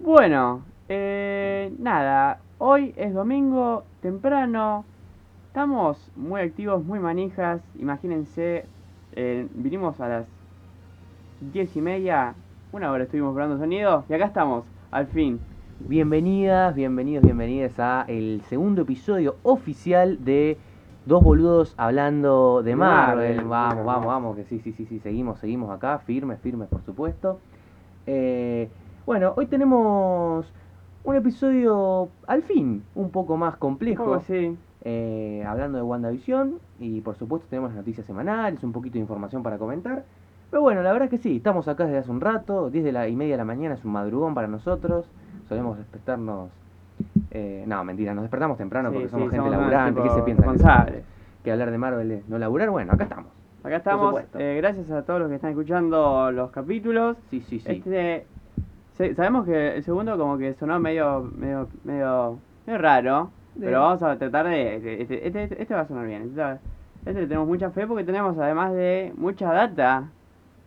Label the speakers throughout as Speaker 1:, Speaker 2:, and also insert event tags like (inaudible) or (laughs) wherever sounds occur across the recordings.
Speaker 1: Bueno, eh, nada, hoy es domingo, temprano, estamos muy activos, muy manijas, imagínense, eh, vinimos a las diez y media, una hora estuvimos probando sonido y acá estamos, al fin.
Speaker 2: Bienvenidas, bienvenidos, bienvenidas a el segundo episodio oficial de Dos boludos hablando de Marvel.
Speaker 1: Marvel.
Speaker 2: Vamos, vamos, vamos, que sí, sí, sí, sí, seguimos, seguimos acá, firmes, firmes, por supuesto. Eh, bueno, hoy tenemos un episodio al fin un poco más complejo.
Speaker 1: ¿Cómo sí?
Speaker 2: eh, hablando de WandaVision y por supuesto tenemos las noticias semanales, un poquito de información para comentar. Pero bueno, la verdad que sí, estamos acá desde hace un rato, 10 de la y media de la mañana es un madrugón para nosotros, solemos despertarnos... eh, no, mentira, nos despertamos temprano
Speaker 1: Sí,
Speaker 2: porque
Speaker 1: sí,
Speaker 2: somos gente
Speaker 1: somos
Speaker 2: laburante,
Speaker 1: tipo
Speaker 2: ¿qué se piensa? que
Speaker 1: responsables.
Speaker 2: somos? Que hablar de Marvel es no laburar, bueno, acá estamos.
Speaker 1: Acá estamos,
Speaker 2: supuesto.
Speaker 1: eh, gracias a todos los que están escuchando los capítulos.
Speaker 2: Sí, sí, sí.
Speaker 1: Este, se- sabemos que el segundo como que sonó medio, medio, medio, medio raro,
Speaker 2: Sí.
Speaker 1: pero vamos a tratar de, de- este, este, este- este va a sonar bien, este, va- este le tenemos mucha fe porque tenemos además de mucha data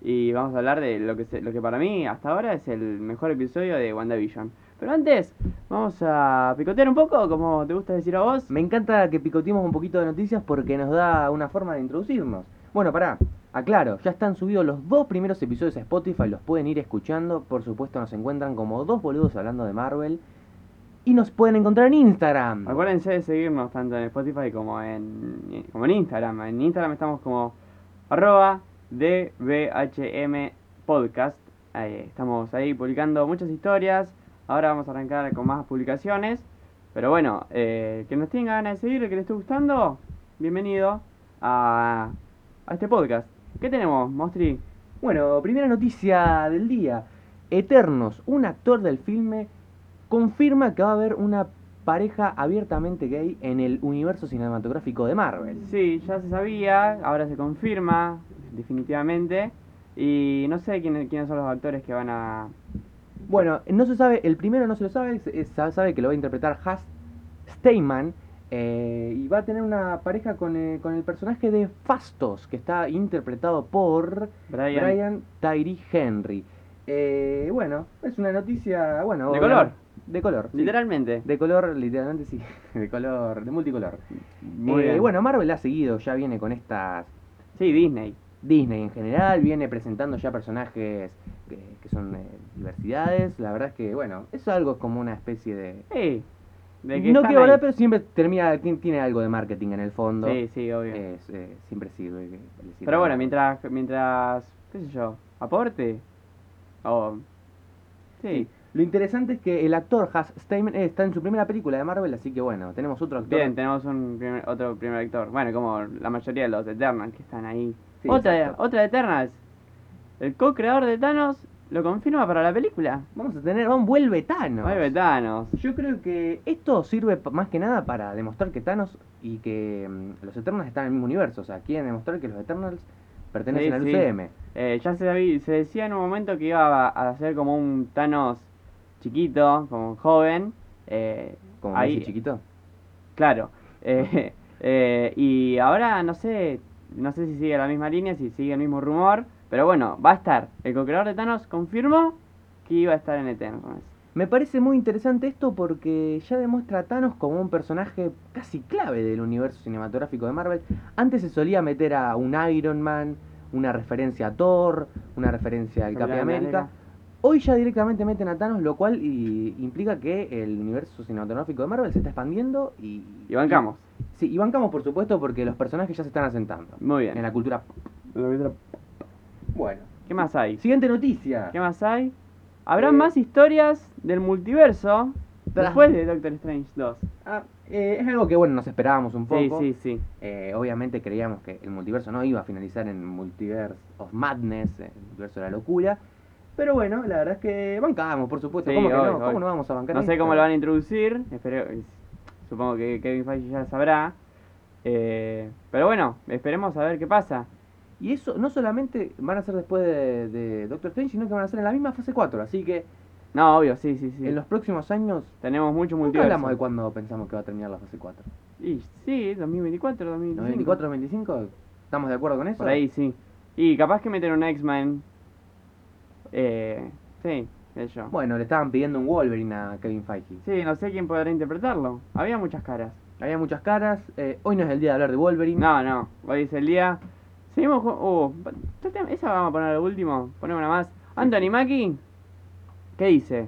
Speaker 1: y vamos a hablar de lo que, se- lo que para mí hasta ahora es el mejor episodio de WandaVision. Pero antes, vamos a picotear un poco, como te gusta decir a vos.
Speaker 2: Me encanta que picoteemos un poquito de noticias porque nos da una forma de introducirnos. Bueno, pará, aclaro, ya están subidos los dos primeros episodios a Spotify, los pueden ir escuchando. Por supuesto, nos encuentran como dos boludos hablando de Marvel. Y nos pueden encontrar en Instagram.
Speaker 1: Acuérdense de seguirnos tanto en Spotify como en, como en Instagram. En Instagram estamos como arroba DBHM podcast. Ahí, estamos ahí publicando muchas historias. Ahora vamos a arrancar con más publicaciones. Pero bueno, eh, que nos tengan ganas de seguir, el que les esté gustando, bienvenido a, a este podcast. ¿Qué tenemos, Mostri?
Speaker 2: Bueno, primera noticia del día. Eternos, un actor del filme, confirma que va a haber una pareja abiertamente gay en el universo cinematográfico de Marvel.
Speaker 1: Sí, ya se sabía, ahora se confirma, definitivamente. Y no sé quién- quiénes son los actores que van a,
Speaker 2: Bueno, no se sabe, el primero no se lo sabe, se- eh, sa- sabe que lo va a interpretar Has Steinman eh, y va a tener una pareja con, eh, con el personaje de Fastos, que está interpretado por
Speaker 1: Brian.
Speaker 2: Brian Tyree Henry. Eh, bueno, es una noticia, bueno...
Speaker 1: De
Speaker 2: obviamente-
Speaker 1: color.
Speaker 2: De color. sí.
Speaker 1: Literalmente.
Speaker 2: De color, literalmente sí, (laughs) de color, de multicolor.
Speaker 1: Muy
Speaker 2: Eh,
Speaker 1: bien.
Speaker 2: Bueno, Marvel ha seguido, ya viene con estas
Speaker 1: Sí, Disney.
Speaker 2: Disney en general viene presentando ya personajes que, que son eh, diversidades. La verdad es que, bueno, eso algo es como una especie de.
Speaker 1: Sí. De
Speaker 2: no
Speaker 1: están
Speaker 2: quiero
Speaker 1: ahí.
Speaker 2: hablar, pero siempre termina, tiene, tiene algo de marketing en el fondo.
Speaker 1: Sí, sí, obvio.
Speaker 2: Es, eh, siempre sirve. que- le sirve
Speaker 1: Pero bueno,
Speaker 2: algo.
Speaker 1: mientras, mientras, qué sé yo, aporte. O... Sí.
Speaker 2: Sí. Lo interesante es que el actor Has Steinman eh, está en su primera película de Marvel, así que bueno, tenemos otro actor.
Speaker 1: Bien, tenemos un primer- otro primer actor. Bueno, como la mayoría de los Eternals que están ahí.
Speaker 2: Sí,
Speaker 1: otra,
Speaker 2: exacto.
Speaker 1: otra de Eternals. El co-creador de Thanos lo confirma para la película.
Speaker 2: Vamos a tener, vamos, vuelve Thanos.
Speaker 1: Ay, Thanos.
Speaker 2: Yo creo que esto sirve pa- más que nada para demostrar que Thanos y que mm, los Eternals están en el mismo universo. O sea, quieren demostrar que los Eternals pertenecen
Speaker 1: Sí,
Speaker 2: al
Speaker 1: sí.
Speaker 2: UCM.
Speaker 1: Eh, ya se, habí- se decía en un momento que iba a, a ser como un Thanos chiquito, como un joven. Eh,
Speaker 2: Como
Speaker 1: Ahí-
Speaker 2: Messi chiquito.
Speaker 1: Claro. (laughs) Eh, eh, y ahora no sé, no sé si sigue la misma línea, si sigue el mismo rumor, pero bueno, va a estar. El co-creador de Thanos confirmó que iba a estar en Eternals.
Speaker 2: Me parece muy interesante esto porque ya demuestra a Thanos como un personaje casi clave del universo cinematográfico de Marvel. Antes se solía meter a un Iron Man, una referencia a Thor, una referencia al
Speaker 1: Capitán
Speaker 2: Capitán América.
Speaker 1: América.
Speaker 2: Hoy ya directamente meten a Thanos, lo cual y- implica que el universo cinematográfico de Marvel se está expandiendo y...
Speaker 1: Y bancamos.
Speaker 2: Sí, y bancamos por supuesto porque los personajes ya se están asentando
Speaker 1: Muy
Speaker 2: en
Speaker 1: bien.
Speaker 2: la cultura. Bueno.
Speaker 1: ¿Qué más hay?
Speaker 2: Siguiente noticia.
Speaker 1: ¿Qué más hay? Habrá
Speaker 2: Eh.
Speaker 1: más historias del multiverso
Speaker 2: Tras-
Speaker 1: después de Doctor Strange 2.
Speaker 2: Ah, eh, es algo que bueno, nos esperábamos un
Speaker 1: Sí,
Speaker 2: poco.
Speaker 1: sí, sí.
Speaker 2: Eh, obviamente creíamos que el multiverso no iba a finalizar en Multiverse of Madness, en el multiverso de la locura. Pero bueno, la verdad es que bancamos, por supuesto.
Speaker 1: Sí,
Speaker 2: ¿Cómo, que
Speaker 1: obvio,
Speaker 2: no? ¿Cómo
Speaker 1: obvio.
Speaker 2: no vamos a bancar?
Speaker 1: No sé
Speaker 2: esto?
Speaker 1: cómo lo van a introducir. espero- es- supongo que Kevin Feige ya sabrá. Eh, pero bueno, esperemos a ver qué pasa.
Speaker 2: Y eso no solamente van a ser después de, de Doctor Strange, sino que van a ser en la misma fase 4. Así que
Speaker 1: No, obvio, sí, sí, sí.
Speaker 2: en los próximos años.
Speaker 1: Tenemos mucho
Speaker 2: ¿Nunca
Speaker 1: multiverso.
Speaker 2: hablamos de cuándo pensamos que va a terminar la fase 4?
Speaker 1: Y sí, 2024, 2025.
Speaker 2: 94, 25, ¿estamos de acuerdo con eso?
Speaker 1: Por ahí, sí. Y capaz que meter un X-Men. Eh, sí. qué sé yo.
Speaker 2: Bueno, le estaban pidiendo un Wolverine a Kevin Feige.
Speaker 1: Sí, no sé quién podrá interpretarlo. Había muchas caras.
Speaker 2: Había muchas caras. eh, hoy no es el día de hablar de Wolverine.
Speaker 1: No, no. Hoy dice el día. Seguimos con. Uh, tratem- esa vamos a poner al último. Ponemos una más. Anthony Mackie. ¿Qué dice?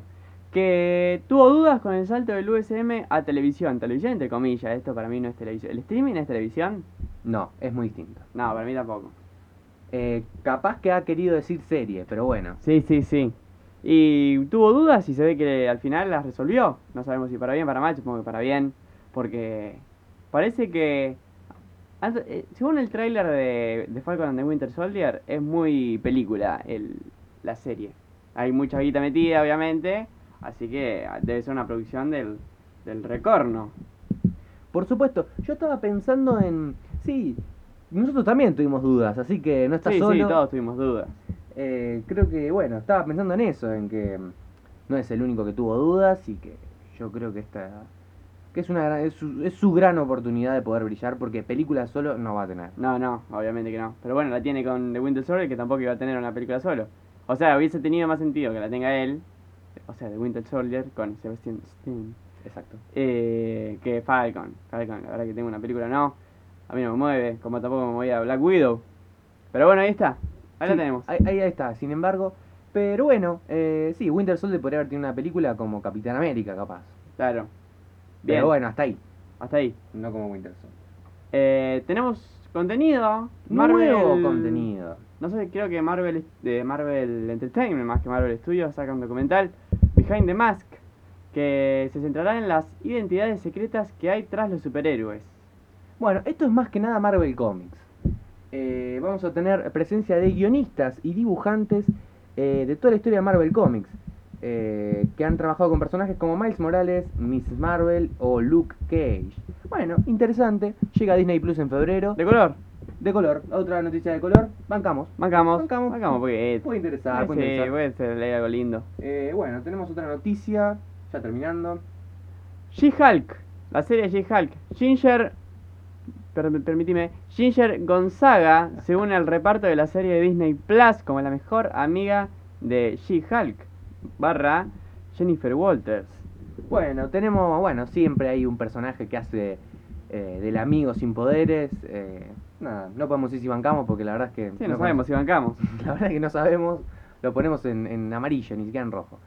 Speaker 1: Que tuvo dudas con el salto del USM a televisión. Televisión entre comillas. Esto para mí no es televisión. ¿El streaming es televisión?
Speaker 2: No, es muy distinto.
Speaker 1: No, para mí tampoco.
Speaker 2: Eh, capaz que ha querido decir serie, pero bueno.
Speaker 1: Sí, sí, sí. Y tuvo dudas y se ve que al final las resolvió. No sabemos si para bien o para mal, supongo que para bien. Porque parece que. Ant- eh, Según el tráiler de, de Falcon and the Winter Soldier, es muy película el, la serie. Hay mucha guita metida, obviamente. Así que ah, debe ser una producción del, del recorno.
Speaker 2: Por supuesto, yo estaba pensando en. Sí, nosotros también tuvimos dudas, así que no estás
Speaker 1: Sí,
Speaker 2: solo.
Speaker 1: sí, todos tuvimos dudas.
Speaker 2: Eh, creo que, bueno, estaba pensando en eso, en que mm, no es el único que tuvo dudas y que yo creo que esta que es una gran- es su, es su gran oportunidad de poder brillar porque película solo no va a tener.
Speaker 1: No, no, obviamente que no. Pero bueno, la tiene con The Winter Soldier, que tampoco iba a tener una película solo. O sea, hubiese tenido más sentido que la tenga él, o sea, The Winter Soldier con Sebastian Stan,
Speaker 2: Exacto.
Speaker 1: eh, que Falcon. Falcon, la verdad que tengo una película, no. A mí no me mueve, como tampoco me movía Black Widow. Pero bueno, ahí está. Ahí la
Speaker 2: Sí,
Speaker 1: tenemos.
Speaker 2: Ahí, ahí- ahí está, sin embargo. Pero bueno, eh, sí, Winter Soldier podría haber tenido una película como Capitán América, capaz.
Speaker 1: Claro. Bien,
Speaker 2: Pero bueno, hasta ahí.
Speaker 1: hasta ahí.
Speaker 2: No como Winter Soldier.
Speaker 1: Eh, tenemos contenido.
Speaker 2: Nuevo contenido.
Speaker 1: No sé, creo que Marvel, de Marvel Entertainment, más que Marvel Studios, saca un documental, Behind the Mask, que se centrará en las identidades secretas que hay tras los superhéroes.
Speaker 2: Bueno, esto es más que nada Marvel Comics. Eh, vamos a tener presencia de guionistas y dibujantes eh, de toda la historia de Marvel Comics, eh, que han trabajado con personajes como Miles Morales, Mrs. Marvel o Luke Cage. Bueno, interesante. Llega a Disney Plus en febrero.
Speaker 1: De color,
Speaker 2: De color, otra noticia de color. Bancamos.
Speaker 1: bancamos,
Speaker 2: Bancamos.
Speaker 1: porque eh,
Speaker 2: Puede interesar,
Speaker 1: sí,
Speaker 2: puede interesar.
Speaker 1: puede ser leer algo lindo.
Speaker 2: Eh, bueno, tenemos otra noticia, ya terminando.
Speaker 1: She-Hulk, la serie She-Hulk, Ginger, per- permitime, Ginger Gonzaga se une al reparto de la serie de Disney Plus como la mejor amiga de She-Hulk, barra Jennifer Walters.
Speaker 2: Bueno, tenemos, bueno, siempre hay un personaje que hace eh, del amigo sin poderes. eh, nada, no podemos decir si bancamos porque la verdad es que...
Speaker 1: Sí, no
Speaker 2: cono-
Speaker 1: sabemos si bancamos.
Speaker 2: (laughs) La verdad es que no sabemos, lo ponemos en, en amarillo, ni siquiera en rojo.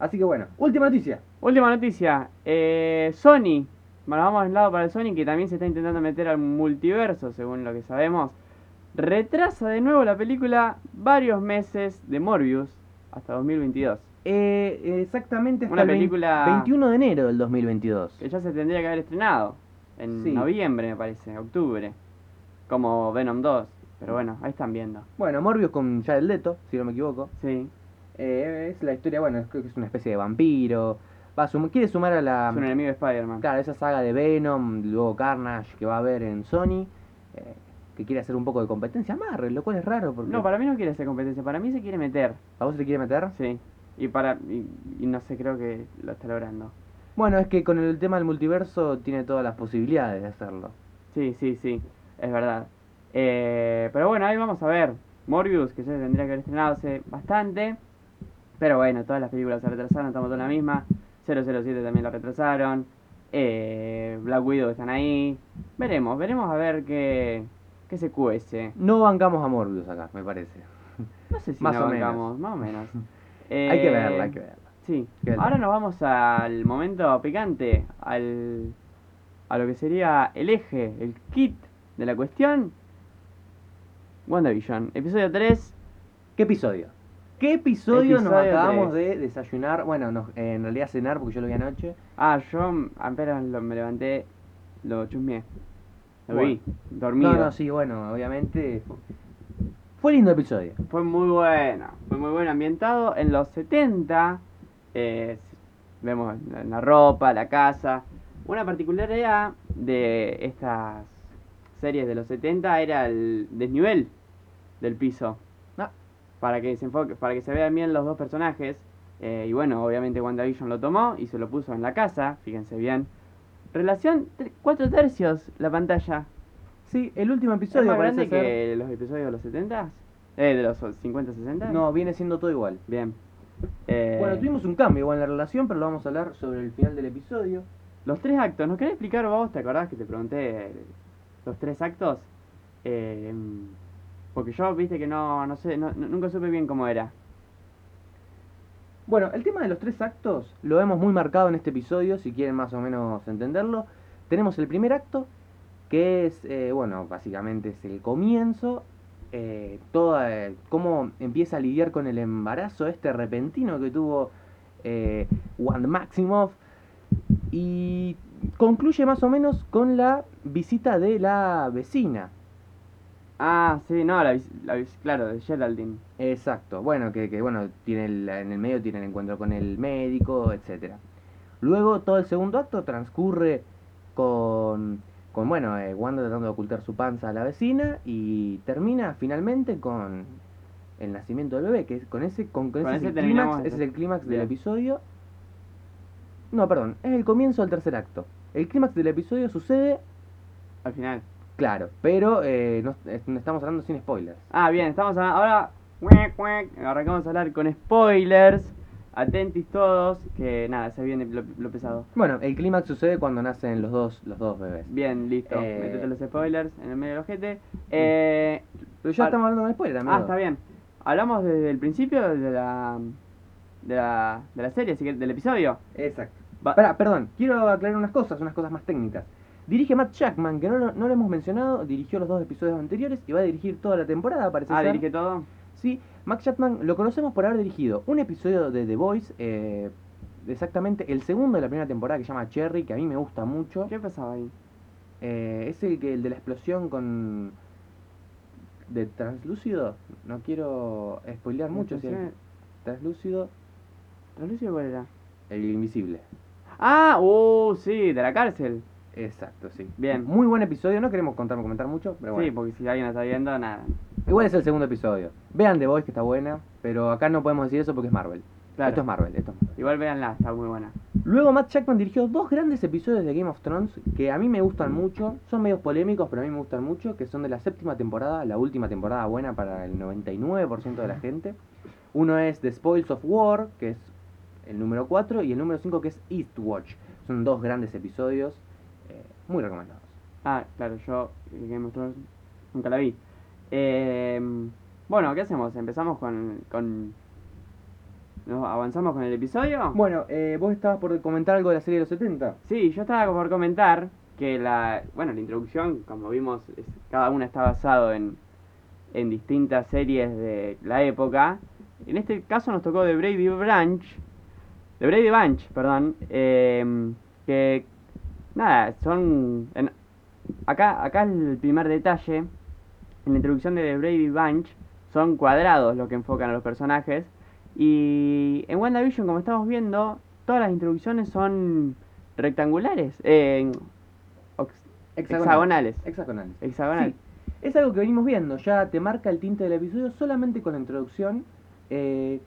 Speaker 2: Así que bueno, última noticia.
Speaker 1: Última noticia. Eh, Sony. Bueno, vamos al lado para el Sony, que también se está intentando meter al multiverso, según lo que sabemos. Retrasa de nuevo la película varios meses de Morbius hasta 2022.
Speaker 2: Eh, exactamente hasta
Speaker 1: Una
Speaker 2: el vein-
Speaker 1: película-
Speaker 2: 21 de enero del 2022.
Speaker 1: Que ya se tendría que haber estrenado. En
Speaker 2: Sí.
Speaker 1: noviembre, me parece, octubre. Como Venom 2. Pero bueno, ahí están viendo.
Speaker 2: Bueno, Morbius con Jared Leto, si no me equivoco.
Speaker 1: Sí.
Speaker 2: Eh, es la historia, bueno, creo que es una especie de vampiro. Va a sum- quiere sumar a la...
Speaker 1: Es un enemigo de Spider-Man.
Speaker 2: Claro, esa saga de Venom, luego Carnage que va a haber en Sony, eh, que quiere hacer un poco de competencia a Marvel, lo cual es raro porque Ah.
Speaker 1: No, para mí no quiere hacer competencia, para mí se quiere meter.
Speaker 2: a vos se le quiere meter.
Speaker 1: Sí. Y para. Y, y no sé, creo que lo está logrando.
Speaker 2: Bueno, es que con el tema del multiverso tiene todas las posibilidades de hacerlo.
Speaker 1: Sí, sí, sí, es verdad. Eh, pero bueno, ahí vamos a ver. Morbius, que ya se tendría que haber estrenado hace bastante. Pero bueno, todas las películas se retrasaron, estamos todas en la misma. 007 también la retrasaron. Eh, Black Widow están ahí. Veremos, veremos a ver qué, qué se cuece.
Speaker 2: No bancamos a Morbius acá, me parece.
Speaker 1: No sé si
Speaker 2: Más
Speaker 1: la
Speaker 2: o menos.
Speaker 1: bancamos, más o menos.
Speaker 2: (laughs) hay que
Speaker 1: Eh,
Speaker 2: verla, hay que verla.
Speaker 1: Sí.
Speaker 2: Qué
Speaker 1: Ahora nos vamos al momento picante, al a lo que sería el eje, el kit de la cuestión. WandaVision, episodio 3.
Speaker 2: ¿Qué episodio? ¿Qué episodio, nos
Speaker 1: Episodio
Speaker 2: acabamos de desayunar? Bueno, nos- eh, en realidad cenar porque yo lo vi anoche.
Speaker 1: Ah, yo m- apenas lo- me levanté, lo chusmeé. Lo
Speaker 2: Bueno.
Speaker 1: vi, dormido.
Speaker 2: No, no, sí, bueno, obviamente. Fue lindo episodio.
Speaker 1: Fue muy bueno, fue muy bueno ambientado. En los 70 eh, vemos la, la ropa, la casa. Una particularidad de estas series de los 70 era el desnivel del piso.
Speaker 2: Ah.
Speaker 1: Para que se enfoque, para que se vean bien los dos personajes. Eh, y bueno, obviamente WandaVision lo tomó y se lo puso en la casa, fíjense bien. Relación 4 tercios la pantalla.
Speaker 2: Sí, el último episodio
Speaker 1: ¿Es más
Speaker 2: parece
Speaker 1: grande
Speaker 2: ser-
Speaker 1: que los episodios de los 70? Eh, de los 50, 60.
Speaker 2: No, viene siendo todo igual.
Speaker 1: Bien. Eh,
Speaker 2: Bueno, tuvimos un cambio igual en la relación, pero lo vamos a hablar sobre el final del episodio.
Speaker 1: Los tres actos, ¿nos querés explicar vos? ¿Te acordás que te pregunté eh, los tres actos? Eh, porque yo, viste que no, no sé, no- no- nunca supe bien cómo era.
Speaker 2: Bueno, el tema de los tres actos lo vemos muy marcado en este episodio, si quieren más o menos entenderlo. Tenemos el primer acto, que es, eh, bueno, básicamente es el comienzo, eh, toda, eh, cómo empieza a lidiar con el embarazo este repentino que tuvo eh, Wand Maximoff, y concluye más o menos con la visita de la vecina.
Speaker 1: Ah, sí, no, la, vis- la vis- claro, de Geraldine.
Speaker 2: Exacto, bueno, que, que, bueno, tiene el- en el medio tiene el encuentro con el médico, etcétera. Luego todo el segundo acto transcurre con, con bueno, eh, Wanda tratando de ocultar su panza a la vecina y termina finalmente con el nacimiento del bebé, que es con ese con, con
Speaker 1: Con ese
Speaker 2: ese, es el clímax,
Speaker 1: terminamos.
Speaker 2: ese es el clímax del
Speaker 1: Bien.
Speaker 2: episodio. No, perdón, es el comienzo del tercer acto. El clímax del episodio sucede,
Speaker 1: Al final.
Speaker 2: claro, pero eh, no- eh, no estamos hablando sin spoilers.
Speaker 1: Ah, bien, estamos a- ahora. cuec, cuec, Arrancamos a hablar con spoilers. Atentis todos, que nada, se viene lo, lo pesado.
Speaker 2: Bueno, el clímax sucede cuando nacen los dos, los dos bebés.
Speaker 1: Bien, listo.
Speaker 2: Eh.
Speaker 1: Métete los spoilers en el medio del ojete. Eh,
Speaker 2: Pero ya
Speaker 1: Ahora-
Speaker 2: estamos hablando de spoiler, amigo.
Speaker 1: Ah, está bien. Hablamos desde el principio de la. de la, de la serie, así que del episodio.
Speaker 2: Exacto.
Speaker 1: Va-
Speaker 2: Pará, perdón, quiero aclarar unas cosas, unas cosas más técnicas. Dirige Matt Jackman, que no lo, no lo hemos mencionado, dirigió los dos episodios anteriores y va a dirigir toda la temporada, parece
Speaker 1: ah,
Speaker 2: ser.
Speaker 1: dirige todo.
Speaker 2: Sí, Matt Jackman lo conocemos por haber dirigido un episodio de The Voice, eh, exactamente el segundo de la primera temporada que se llama Cherry, que a mí me gusta mucho.
Speaker 1: ¿Qué pasaba ahí?
Speaker 2: Eh, es el, que, el de la explosión con... de translúcido. No quiero spoilear mucho, si el
Speaker 1: Entonces,
Speaker 2: translúcido,
Speaker 1: ¿Translúcido cuál era?
Speaker 2: el e invisible.
Speaker 1: Ah, uh, sí, de la cárcel.
Speaker 2: Exacto, sí.
Speaker 1: Bien.
Speaker 2: Muy buen episodio, no queremos contar, comentar mucho, pero
Speaker 1: Sí,
Speaker 2: bueno.
Speaker 1: porque si alguien la está viendo, nada.
Speaker 2: Igual es el segundo episodio. Vean The Voice que está buena, pero acá no podemos decir eso porque es Marvel.
Speaker 1: Claro.
Speaker 2: Esto es Marvel, esto es Marvel.
Speaker 1: Igual véanla, está muy buena.
Speaker 2: Luego Matt Jackman dirigió dos grandes episodios de Game of Thrones que a mí me gustan mucho, son medios polémicos, pero a mí me gustan mucho, que son de la séptima temporada, la última temporada buena para el 99% de la gente. Uno es The Spoils of War, que es el número 4, y el número 5 que es Eastwatch. Son dos grandes episodios eh, muy recomendados.
Speaker 1: Ah, claro, yo eh, Game of Thrones nunca la vi. Eh, bueno, ¿qué hacemos? ¿Empezamos con. con... ¿Nos avanzamos con el episodio?
Speaker 2: Bueno, eh, vos estabas por comentar algo de la serie de los 70.
Speaker 1: Sí, yo estaba por comentar que la, bueno, la introducción, como vimos, es- cada una está basado en, en distintas series de la época. En este caso nos tocó de Brady Branch, de Brady Bunch, perdón, eh, que nada, son en- acá acá el primer detalle en la introducción de The Brady Bunch son cuadrados los que enfocan a los personajes y en WandaVision, como estamos viendo, todas las introducciones son rectangulares, eh, ox- hexagonales.
Speaker 2: Hexagonales.
Speaker 1: Hexagonal.
Speaker 2: Sí, es algo que venimos viendo, ya te marca el tinte del episodio solamente con la introducción. eh,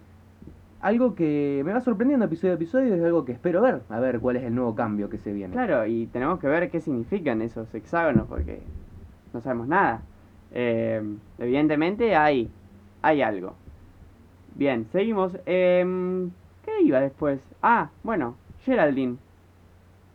Speaker 2: algo que me va sorprendiendo episodio a episodio, es algo que espero ver, a ver cuál es el nuevo cambio que se viene.
Speaker 1: Claro, y tenemos que ver qué significan esos hexágonos porque no sabemos nada. Eh, evidentemente hay, hay algo. Bien, seguimos. Em, ¿Qué iba después? Ah, bueno, Geraldine.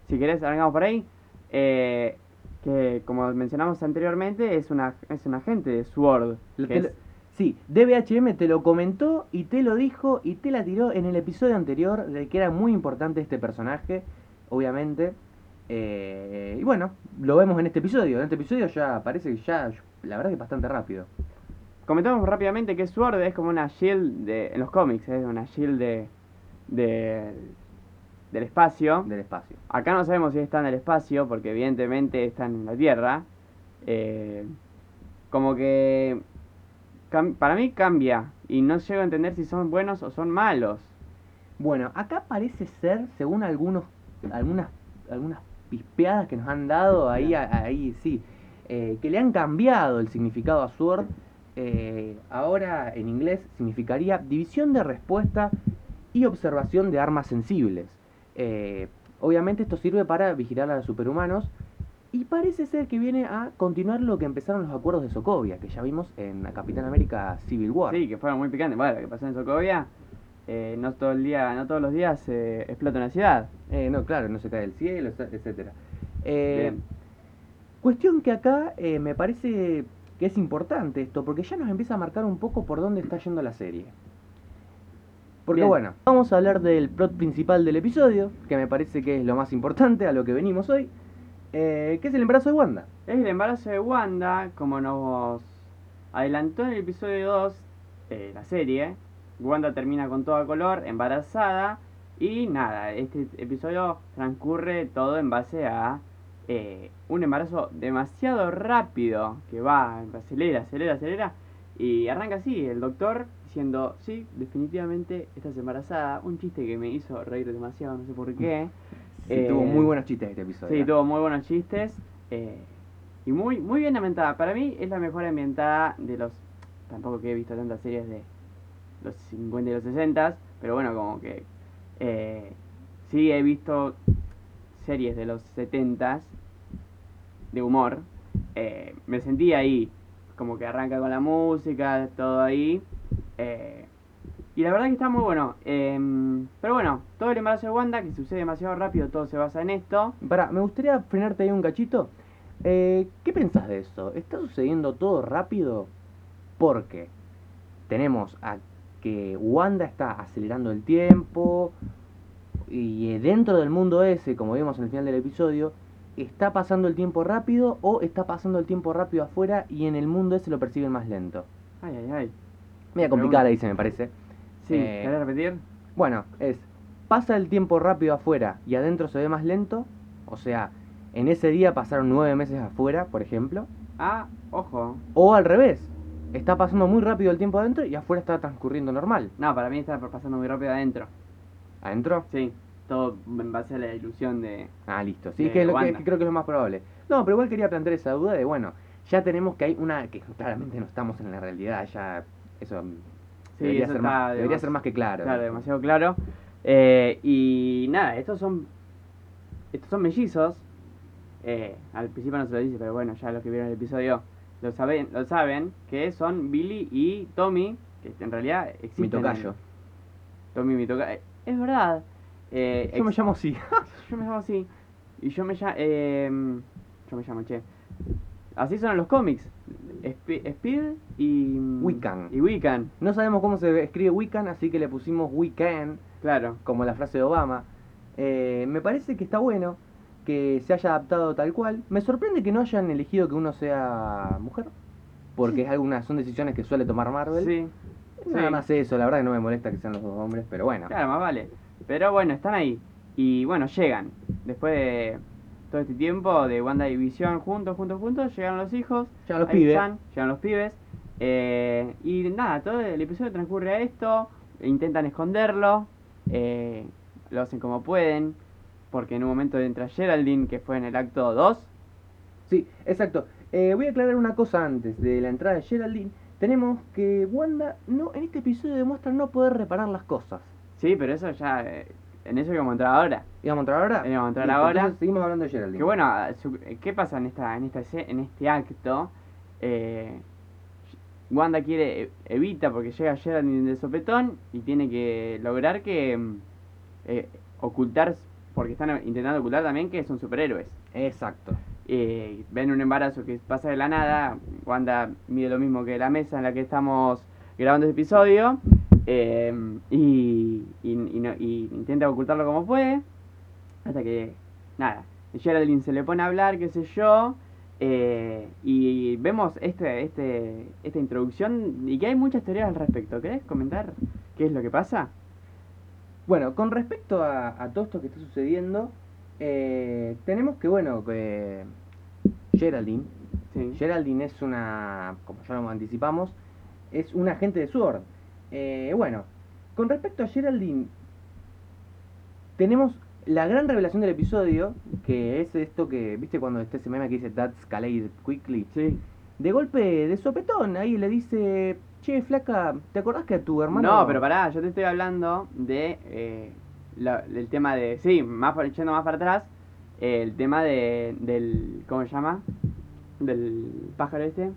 Speaker 1: Si querés, arrancamos por ahí. Eh, que como mencionamos anteriormente, es una es un agente de Sword. que
Speaker 2: Lo- te
Speaker 1: es-
Speaker 2: lo- sí, DBHM te lo comentó y te lo dijo y te la tiró en el episodio anterior de que era muy importante este personaje, obviamente. Eh, y bueno, lo vemos en este episodio. En este episodio ya parece que ya, la verdad que bastante rápido.
Speaker 1: Comentamos rápidamente que Sword es como una shield de, en los cómics, es una shield de, de- del espacio.
Speaker 2: del espacio.
Speaker 1: Acá no sabemos si está en el espacio, porque evidentemente está en la Tierra. Eh, como que cam- para mí cambia y no llego a entender si son buenos o son malos.
Speaker 2: Bueno, acá parece ser, según algunos, algunas, algunas pispeadas que nos han dado ahí, a- ahí sí, eh, que le han cambiado el significado a Sword. Eh, ahora en inglés significaría división de respuesta y observación de armas sensibles. Eh, obviamente esto sirve para vigilar a los superhumanos y parece ser que viene a continuar lo que empezaron los acuerdos de Sokovia, que ya vimos en la Capitán América Civil War.
Speaker 1: Sí, que fueron muy picantes. Bueno, lo que pasó en Sokovia eh, no todo el día, no todos los días eh, explota una ciudad.
Speaker 2: Eh, no, claro, no se cae del cielo, etc- etcétera. Eh,
Speaker 1: Bien.
Speaker 2: cuestión que acá eh, me parece que es importante esto, porque ya nos empieza a marcar un poco por dónde está yendo la serie. Porque
Speaker 1: Bien.
Speaker 2: bueno, vamos a hablar del plot principal del episodio, que me parece que es lo más importante a lo que venimos hoy, eh, que es el embarazo de Wanda.
Speaker 1: Es el embarazo de Wanda, como nos adelantó en el episodio 2 de la serie. Wanda termina con todo a color, embarazada. Y nada, este episodio transcurre todo en base a eh, un embarazo demasiado rápido que va, acelera, acelera, acelera. Y arranca así, el doctor diciendo, sí, definitivamente estás embarazada. Un chiste que me hizo reír demasiado, no sé por qué.
Speaker 2: Sí,
Speaker 1: Eh,
Speaker 2: tuvo muy buenos chistes este episodio.
Speaker 1: Sí, tuvo muy buenos chistes. eh, y muy, muy bien ambientada. Para mí es la mejor ambientada de los. Tampoco que he visto tantas series de los 50 y los 60, pero bueno, como que. eh, sí, he visto series de los 70 de humor. eh, me sentí ahí, como que arranca con la música, todo ahí. eh, y la verdad que está muy bueno. em, pero bueno, todo el embarazo de Wanda, que sucede demasiado rápido, todo se basa en esto.
Speaker 2: Pará, me gustaría frenarte ahí un cachito. Eh, ¿Qué pensás de eso? ¿Está sucediendo todo rápido? Porque tenemos a que Wanda está acelerando el tiempo y eh, dentro del mundo ese, como vimos en el final del episodio, ¿está pasando el tiempo rápido o está pasando el tiempo rápido afuera y en el mundo ese lo perciben más lento?
Speaker 1: Ay, ay, ay.
Speaker 2: Media complicada, dice, me parece.
Speaker 1: Sí,
Speaker 2: Eh,
Speaker 1: ¿querés repetir?
Speaker 2: Bueno, es, pasa el tiempo rápido afuera y adentro se ve más lento, o sea, en ese día pasaron nueve meses afuera, por ejemplo,
Speaker 1: Ah, ojo.
Speaker 2: o al revés, está pasando muy rápido el tiempo adentro y afuera está transcurriendo normal.
Speaker 1: No, para mí está pasando muy rápido adentro.
Speaker 2: ¿Adentro?
Speaker 1: Sí, todo en base a la ilusión de.
Speaker 2: Ah, listo, sí,
Speaker 1: De
Speaker 2: es que, es lo que-
Speaker 1: Wanda.
Speaker 2: que creo que es lo más probable. No, pero igual quería plantear esa duda de, bueno, ya tenemos que hay una, que (laughs) claramente no estamos en la realidad, ya eso mm,
Speaker 1: Sí,
Speaker 2: debería,
Speaker 1: eso
Speaker 2: ser,
Speaker 1: está
Speaker 2: más, debería
Speaker 1: demasi-
Speaker 2: ser más que claro.
Speaker 1: Claro, demasiado claro. Eh, y nada, estos son. Estos son mellizos. Eh, al principio no se lo dice, pero bueno, ya los que vieron el episodio lo saben, lo saben que son Billy y Tommy, que en realidad existen.
Speaker 2: Mi tocayo.
Speaker 1: Tommy mi toca. eh, Es verdad. Eh,
Speaker 2: Yo me
Speaker 1: ex-
Speaker 2: llamo así.
Speaker 1: yo me llamo así. Y yo me llamo. yo me llamo, che. Así son los cómics. Sp- Speed y. mm,
Speaker 2: Wiccan.
Speaker 1: Y Wiccan,
Speaker 2: (laughs) No sabemos cómo se escribe Wiccan, así que le pusimos Weekend.
Speaker 1: claro.
Speaker 2: como la frase de Obama. Eh, me parece que está bueno que se haya adaptado tal cual. Me sorprende que no hayan elegido que uno sea mujer, porque es alguna, son decisiones que suele tomar Marvel.
Speaker 1: Sí.
Speaker 2: Nada
Speaker 1: sí.
Speaker 2: más eso, la verdad que no me molesta que sean los dos hombres, pero bueno.
Speaker 1: Claro, más vale. Pero bueno, están ahí. Y bueno, llegan. Después de todo este tiempo de Wanda y Visión juntos, juntos, juntos, llegan los hijos.
Speaker 2: Ya los
Speaker 1: Ahí
Speaker 2: pibes.
Speaker 1: están, llegan los pibes. Eh, y nada, todo el episodio transcurre a esto. Intentan esconderlo. eh, lo hacen como pueden. Porque en un momento entra Geraldine, que fue en el acto 2.
Speaker 2: Sí, exacto. Eh, voy a aclarar una cosa antes de la entrada de Geraldine. Tenemos que Wanda no en este episodio demuestra no poder reparar las cosas.
Speaker 1: Sí, pero eso ya. eh, en eso íbamos a entrar ahora.
Speaker 2: ¿Y vamos a entrar ahora?
Speaker 1: Eh, vamos a entrar
Speaker 2: Listo,
Speaker 1: ahora.
Speaker 2: entonces Seguimos hablando de Geraldine.
Speaker 1: Que bueno, ah, su- eh, ¿qué pasa en esta, en esta esce- en este acto? Eh, Wanda quiere e- evita porque llega Geraldine de sopetón y tiene que lograr que mm, eh, ocultar porque están intentando ocultar también que son superhéroes.
Speaker 2: Exacto.
Speaker 1: Eh, ven un embarazo que pasa de la nada, Wanda mide lo mismo que la mesa en la que estamos grabando este episodio eh, y, y- y no- y intenta ocultarlo como puede hasta que nada, Geraldine se le pone a hablar, qué sé yo, eh, y vemos este, este, esta introducción y que hay muchas teorías al respecto. ¿Querés comentar qué es lo que pasa?
Speaker 2: Bueno, con respecto a, a todo esto que está sucediendo, eh, tenemos que, bueno, que Geraldine,
Speaker 1: Sí,
Speaker 2: Geraldine es una, como ya lo anticipamos, es un agente de SWORD. Eh, bueno, con respecto a Geraldine, tenemos la gran revelación del episodio, que es esto que, viste cuando está ese meme que dice That's Calais Quickly,
Speaker 1: sí.
Speaker 2: de golpe, de sopetón, ahí le dice, che, flaca, ¿te acordás que a tu hermano...
Speaker 1: No, pero pará, yo te estoy hablando de eh, la- del tema de. Sí, más para- yendo más para atrás, eh, el tema de, del. ¿Cómo se llama? Del pájaro este.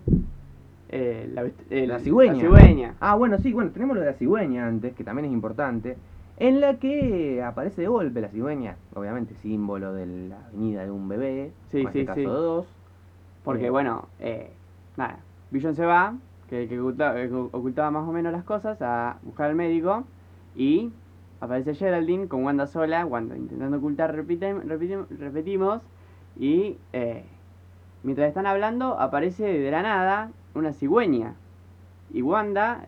Speaker 1: eh, la, best- el-
Speaker 2: la cigüeña.
Speaker 1: La cigüeña.
Speaker 2: Ah, bueno, sí, bueno, tenemos lo de la cigüeña antes, que también es importante. En la que aparece de golpe la cigüeña, obviamente símbolo de la venida de un bebé,
Speaker 1: Sí,
Speaker 2: en este
Speaker 1: sí,
Speaker 2: caso
Speaker 1: sí.
Speaker 2: dos.
Speaker 1: Porque,
Speaker 2: Eh.
Speaker 1: bueno, eh, nada. Billon se va, que, que oculta- que ocultaba más o menos las cosas, a buscar al médico. Y aparece Geraldine con Wanda sola, Wanda intentando ocultar, repiten- repiten- repetimos. Y eh, mientras están hablando, aparece de la nada una cigüeña. Y Wanda,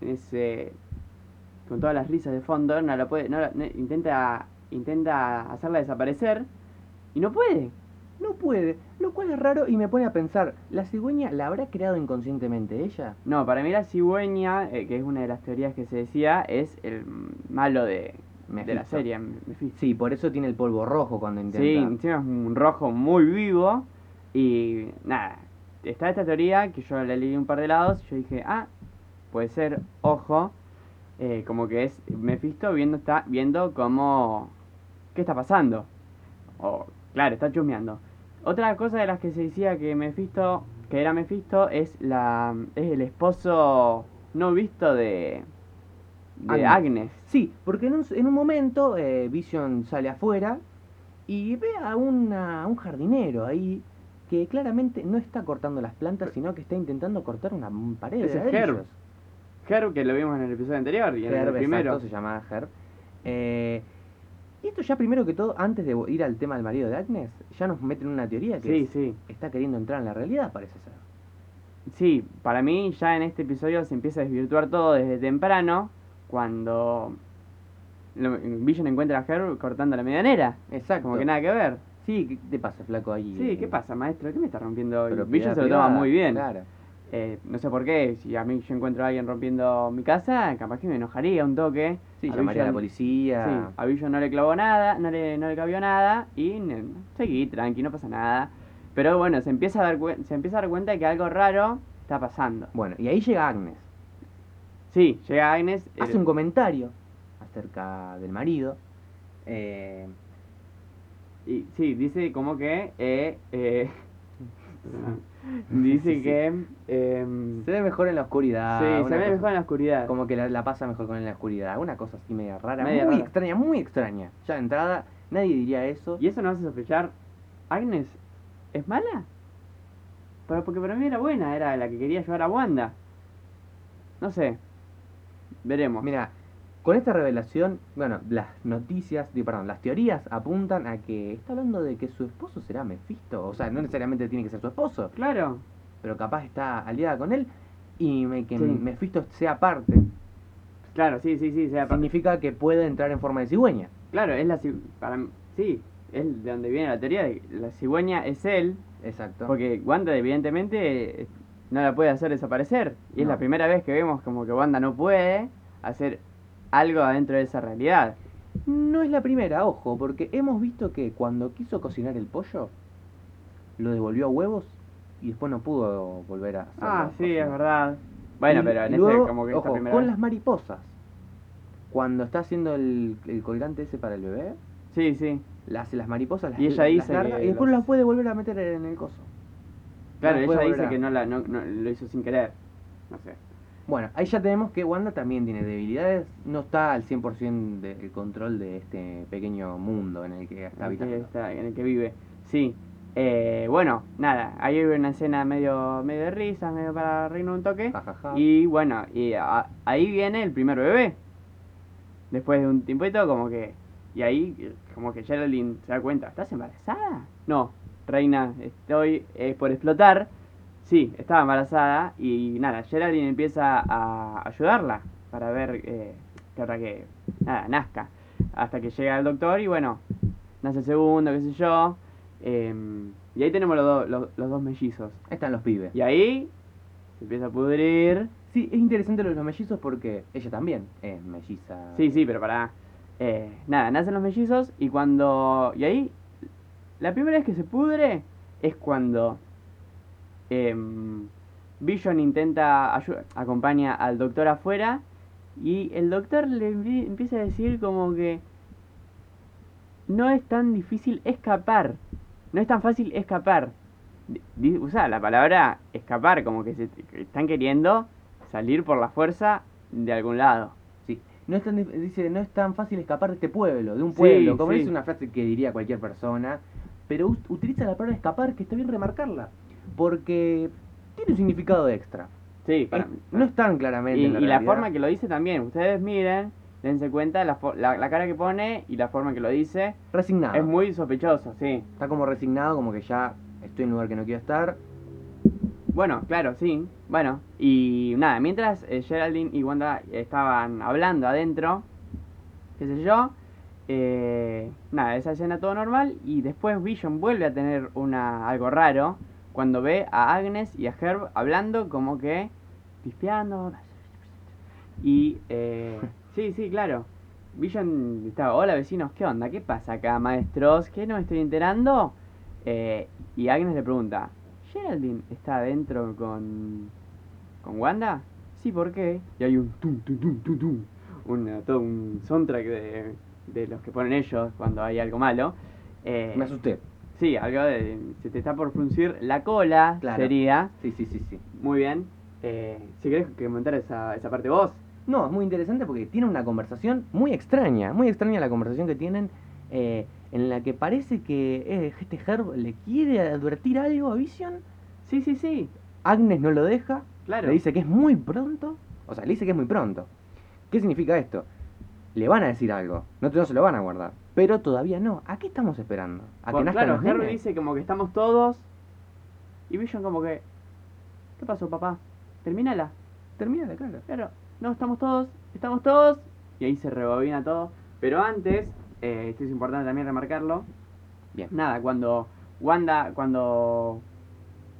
Speaker 1: es, eh, con todas las risas de fondo, no la puede, no la- no- intenta, intenta hacerla desaparecer. Y no puede.
Speaker 2: No puede, lo cual es raro y me pone a pensar, ¿la cigüeña la habrá creado inconscientemente ella?
Speaker 1: No, para mí la cigüeña, eh, que es una de las teorías que se decía, es el malo de, de la
Speaker 2: Mephisto.
Speaker 1: serie. Mephisto.
Speaker 2: Sí, por eso tiene el polvo rojo cuando intenta.
Speaker 1: Sí, encima es un rojo muy vivo. Y nada, está esta teoría que yo la leí un par de lados. Yo dije, ah, puede ser, ojo. eh, como que es Mephisto viendo, está, viendo cómo. ¿Qué está pasando? O, claro, está chusmeando. Otra cosa de las que se decía que Mephisto. Que era Mephisto es la. Es el esposo no visto de. De
Speaker 2: Agnes.
Speaker 1: Agnes.
Speaker 2: Sí, porque en un, en un momento eh, Vision sale afuera y ve a una- un jardinero ahí que claramente no está cortando las plantas, sino que está intentando cortar una m- pared de
Speaker 1: Ese es
Speaker 2: ladrillos.
Speaker 1: Herb, Herb, que lo vimos en el episodio anterior y en
Speaker 2: Herb,
Speaker 1: el primero.
Speaker 2: exacto, se llama Herb. Eh, y esto ya primero que todo, antes de ir al tema del marido de Agnes, ya nos meten una teoría que
Speaker 1: Sí,
Speaker 2: es-
Speaker 1: sí.
Speaker 2: está queriendo entrar en la realidad, parece ser.
Speaker 1: Sí, para mí ya en este episodio se empieza a desvirtuar todo desde temprano, cuando lo- Vision encuentra a Herb cortando la medianera.
Speaker 2: Exacto.
Speaker 1: Como que nada que ver.
Speaker 2: Sí, ¿qué te pasa, flaco, ahí?
Speaker 1: Sí, ¿qué pasa, maestro? ¿Qué me está rompiendo hoy?
Speaker 2: Pero
Speaker 1: Vision se lo toma muy bien.
Speaker 2: Claro.
Speaker 1: Eh, no sé por qué, si a mí yo encuentro a alguien rompiendo mi casa, capaz que me enojaría un toque.
Speaker 2: Sí,
Speaker 1: A
Speaker 2: llamaría a la
Speaker 1: Vision-
Speaker 2: policía.
Speaker 1: Sí, a Billo no le clavó nada, no le, no le cabió nada y ne- seguí tranqui, no pasa nada. Pero bueno, se empieza, a dar cuen- se empieza a dar cuenta de que algo raro está pasando.
Speaker 2: Bueno, y ahí llega Agnes.
Speaker 1: Sí, llega Agnes. eh, el-
Speaker 2: Hace un comentario acerca del marido. Eh,
Speaker 1: y, sí, dice como que. eh, eh, (laughs) dice
Speaker 2: Sí, sí.
Speaker 1: que. em,
Speaker 2: se ve mejor en la oscuridad.
Speaker 1: sí, se
Speaker 2: una
Speaker 1: ve
Speaker 2: cosa-
Speaker 1: mejor en la oscuridad.
Speaker 2: Como que la, la pasa mejor con en la oscuridad. Una cosa así media rara.
Speaker 1: Media
Speaker 2: muy
Speaker 1: rara.
Speaker 2: extraña, muy extraña. Ya de entrada, nadie diría eso.
Speaker 1: Y eso nos hace sospechar. ¿Agnes es mala? Pero porque para mí era buena, era la que quería llevar a Wanda. No sé. Veremos.
Speaker 2: Mira, con esta revelación, bueno, las noticias, di- perdón, las teorías apuntan a que está hablando de que su esposo será Mephisto. O sea, no necesariamente tiene que ser su esposo,
Speaker 1: Claro.
Speaker 2: pero capaz está aliada con él y me- que
Speaker 1: Sí.
Speaker 2: Mephisto sea parte.
Speaker 1: Claro, sí, sí, sí. sea, para-
Speaker 2: Significa que puede entrar en forma de cigüeña.
Speaker 1: claro, es la ci- para mí- sí, es de donde viene la teoría de que la cigüeña es él,
Speaker 2: Exacto.
Speaker 1: porque Wanda evidentemente eh, no la puede hacer desaparecer y es
Speaker 2: No.
Speaker 1: la primera vez que vemos como que Wanda no puede hacer algo adentro de esa realidad.
Speaker 2: No es la primera, ojo, porque hemos visto que cuando quiso cocinar el pollo, lo devolvió a huevos y después no pudo volver a hacerlo
Speaker 1: Ah, sí,
Speaker 2: cocinar.
Speaker 1: es verdad. Bueno,
Speaker 2: Y
Speaker 1: pero en
Speaker 2: luego,
Speaker 1: este como que esta
Speaker 2: ojo,
Speaker 1: primera
Speaker 2: con
Speaker 1: vez-
Speaker 2: las mariposas. Cuando está haciendo el, el colgante ese para el bebé,
Speaker 1: Sí, sí.
Speaker 2: la hace las mariposas, las
Speaker 1: Y ella
Speaker 2: las
Speaker 1: dice
Speaker 2: larga,
Speaker 1: que
Speaker 2: y después
Speaker 1: los-
Speaker 2: las puede volver a meter en el coso.
Speaker 1: Claro,
Speaker 2: después
Speaker 1: ella dice
Speaker 2: volverá.
Speaker 1: que no la no, no- lo hizo sin querer. No sé.
Speaker 2: Bueno, ahí ya tenemos que Wanda también tiene debilidades, no está al 100% del control de este pequeño mundo en el que está
Speaker 1: en el que
Speaker 2: habitando.
Speaker 1: está- en el que vive. Sí. Eh, bueno, nada, ahí hubo una escena medio, medio de risas, medio para reino un toque.
Speaker 2: Ja, ja, ja.
Speaker 1: Y bueno, y a- ahí viene el primer bebé. Después de un tiempito, como que. Y ahí, eh, como que Geraldine se da cuenta: ¿estás embarazada? No, reina, estoy eh, por explotar. Sí, estaba embarazada. Y nada, Geraldine empieza a ayudarla para ver eh, que ahora que. Nada, nazca. Hasta que llega el doctor y bueno, nace el segundo, qué sé yo. Em, y ahí tenemos los, dos- los- los dos mellizos.
Speaker 2: Ahí están los pibes.
Speaker 1: Y ahí se empieza a pudrir.
Speaker 2: Sí, es interesante lo de los mellizos porque ella también es melliza.
Speaker 1: Sí, sí, pero para nada, nacen los mellizos y cuando. Y ahí. La primera vez que se pudre es cuando. em, Vision intenta. ayu- acompaña al doctor afuera. Y el doctor le envi- empieza a decir como que. No es tan difícil escapar. No es tan fácil escapar. di- di- usa la palabra escapar, como que se que están queriendo salir por la fuerza de algún lado.
Speaker 2: Sí. No es tan, dif- dice, no es tan fácil escapar de este pueblo, de un
Speaker 1: Sí,
Speaker 2: pueblo. como
Speaker 1: sí.
Speaker 2: es una frase que diría cualquier persona. Pero us- utiliza la palabra escapar, que está bien remarcarla. Porque tiene un significado extra.
Speaker 1: Sí, para-
Speaker 2: Es- no es tan claramente.
Speaker 1: y,
Speaker 2: en la,
Speaker 1: y la
Speaker 2: realidad.
Speaker 1: forma que lo dice también. Ustedes miren, dense cuenta de la, fo- la, la cara que pone y la forma que lo dice.
Speaker 2: Resignado.
Speaker 1: Es muy sospechoso, sí.
Speaker 2: Está como resignado, como que ya estoy en un lugar que no quiero estar.
Speaker 1: Bueno, claro, sí. Bueno, y nada, mientras eh, Geraldine y Wanda estaban hablando adentro, qué sé yo, eh, nada, esa escena todo normal y después Vision vuelve a tener una algo raro cuando ve a Agnes y a Herb hablando como que pispeando. Y, eh, sí, sí, claro. Vision estaba, hola vecinos, ¿qué onda? ¿Qué pasa acá, maestros? ¿Qué no me estoy enterando? Eh, y Agnes le pregunta, ¿Geraldine está adentro con. con Wanda? Sí, ¿por qué? Y hay un tum, tum, tum, tum, tum. Una- todo un soundtrack de, de los que ponen ellos cuando hay algo malo. Eh,
Speaker 2: Me asusté.
Speaker 1: sí, algo de. Se te está por fruncir la cola,
Speaker 2: Claro.
Speaker 1: sería.
Speaker 2: Sí, sí, sí, sí.
Speaker 1: Muy bien. Eh, si querés comentar esa, esa parte vos.
Speaker 2: No, es muy interesante porque tiene una conversación muy extraña, muy extraña la conversación que tienen, eh, en la que parece que eh, este Herb le quiere advertir algo a Vision,
Speaker 1: Sí, sí, sí.
Speaker 2: Agnes no lo deja,
Speaker 1: Claro.
Speaker 2: le dice que es muy pronto, o sea, le dice que es muy pronto. ¿Qué significa esto? Le van a decir algo, no, te- no se lo van a guardar, pero todavía no. ¿A qué estamos esperando? ¿A
Speaker 1: Bueno,
Speaker 2: que nazcan
Speaker 1: claro,
Speaker 2: los
Speaker 1: Harry
Speaker 2: nenes?
Speaker 1: dice como que estamos todos. Y Vision como que. ¿Qué pasó, papá? Terminala.
Speaker 2: Termina la cara.
Speaker 1: Claro. No, estamos todos. Estamos todos. Y ahí se rebobina todo. Pero antes, eh, esto es importante también remarcarlo.
Speaker 2: Bien.
Speaker 1: Nada, cuando Wanda, cuando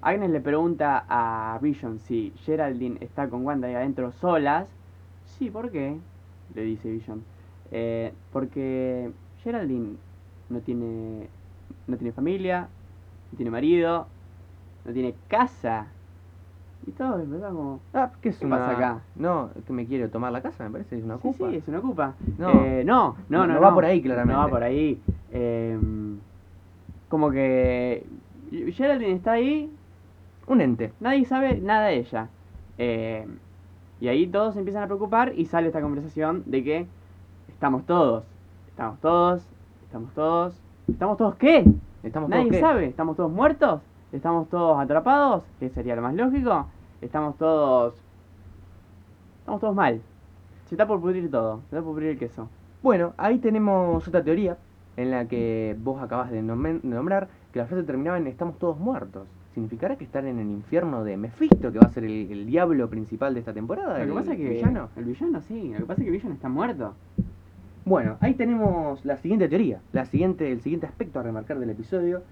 Speaker 1: Agnes le pregunta a Vision si Geraldine está con Wanda ahí adentro solas. Sí, ¿por qué? Le dice Vision. Eh, porque Geraldine no tiene, no tiene familia, no tiene marido, no tiene casa. Y todo empezaba como...
Speaker 2: Ah, ¿qué es
Speaker 1: ¿Qué
Speaker 2: una-
Speaker 1: pasa acá?
Speaker 2: No, que me quiere tomar la casa, me parece, es una
Speaker 1: Sí,
Speaker 2: culpa.
Speaker 1: sí, es una ocupa.
Speaker 2: No.
Speaker 1: Eh, no, no,
Speaker 2: No,
Speaker 1: no,
Speaker 2: no va por ahí, claramente.
Speaker 1: No va por ahí. Eh, como que Geraldine está ahí,
Speaker 2: Un ente.
Speaker 1: nadie sabe nada de ella. Eh, y ahí todos se empiezan a preocupar y sale esta conversación de que estamos todos, estamos todos, estamos todos, estamos todos qué?
Speaker 2: Estamos
Speaker 1: Nadie
Speaker 2: todos, ¿qué?
Speaker 1: sabe, estamos todos muertos, estamos todos atrapados, que sería lo más lógico, estamos todos... Estamos todos mal. Se está por pudrir todo, se está por pudrir el queso.
Speaker 2: Bueno, ahí tenemos otra teoría en la que vos acabas de nomen- de nombrar que la frase terminaba en estamos todos muertos. ¿Significará que están en el infierno de Mephisto, que va a ser el, el diablo principal de esta temporada?
Speaker 1: Lo
Speaker 2: el
Speaker 1: que pasa es que...
Speaker 2: villano?
Speaker 1: El villano, sí, lo que pasa es que el villano está muerto.
Speaker 2: Bueno, ahí tenemos la siguiente teoría, la siguiente, el siguiente aspecto a remarcar del episodio,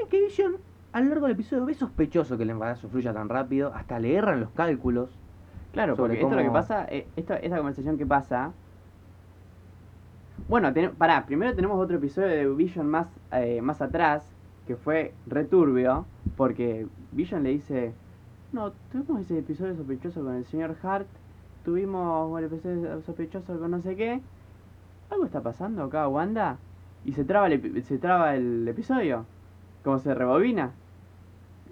Speaker 2: en que Vision a lo largo del episodio ve sospechoso que el embarazo fluya tan rápido, hasta le erran los cálculos.
Speaker 1: Claro,
Speaker 2: Sobre
Speaker 1: porque esto lo que
Speaker 2: cómo-
Speaker 1: pasa, eh, esto, esta conversación que pasa... Bueno, ten- pará, primero tenemos otro episodio de Vision más, eh, más atrás, que fue returbio, porque Vision le dice, no, tuvimos ese episodio sospechoso con el señor Hart, tuvimos el episodio sospechoso con no sé qué, algo está pasando acá, Wanda, y se traba el, epi- se traba el episodio, como se rebobina,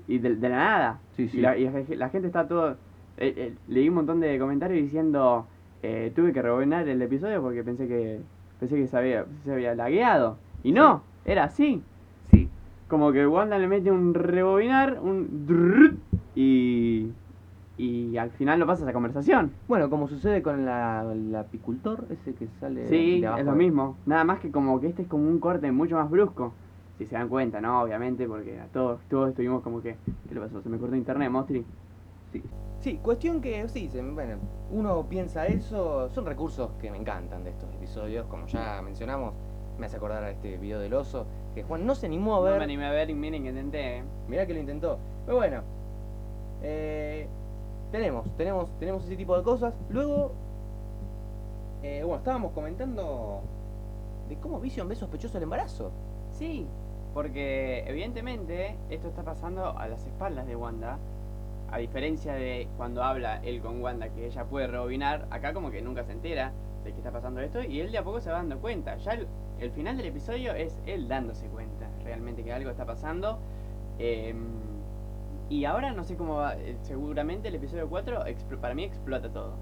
Speaker 1: y de, de la nada,
Speaker 2: Sí, sí.
Speaker 1: y, la, y la- la gente está todo, eh, eh, leí un montón de comentarios diciendo, eh, tuve que rebobinar el episodio porque pensé que pensé que se había, se había lagueado, y no, era así.
Speaker 2: Sí,
Speaker 1: Como que Wanda le mete un rebobinar, un drrrt, y. Y al final lo pasa esa conversación.
Speaker 2: Bueno, como sucede con la, el apicultor, ese que sale.
Speaker 1: sí,
Speaker 2: de abajo
Speaker 1: es lo
Speaker 2: de-
Speaker 1: mismo. Nada más que como que este es como un corte mucho más brusco. Si se dan cuenta, ¿no? Obviamente, porque a todos, todos estuvimos como que. ¿Qué le pasó? Se me cortó internet, Mostri.
Speaker 2: Sí, cuestión que sí, se- bueno, uno piensa eso, son recursos que me encantan de estos episodios, como ya mencionamos, me hace acordar a este video del oso, que Juan no se animó a ver,
Speaker 1: animé a ver y miren que intenté, ¿eh?
Speaker 2: mirá que lo intentó, pero bueno, eh, tenemos, tenemos, tenemos ese tipo de cosas, luego, eh, bueno, estábamos comentando de cómo Vision ve sospechoso el embarazo,
Speaker 1: Sí, porque evidentemente esto está pasando a las espaldas de Wanda. A diferencia de cuando habla él con Wanda que ella puede rebobinar, acá como que nunca se entera de que está pasando esto y él de a poco se va dando cuenta. Ya el, el final del episodio es él dándose cuenta realmente que algo está pasando Eh, y ahora no sé cómo va. eh, Seguramente el episodio 4 expl- para mí explota todo.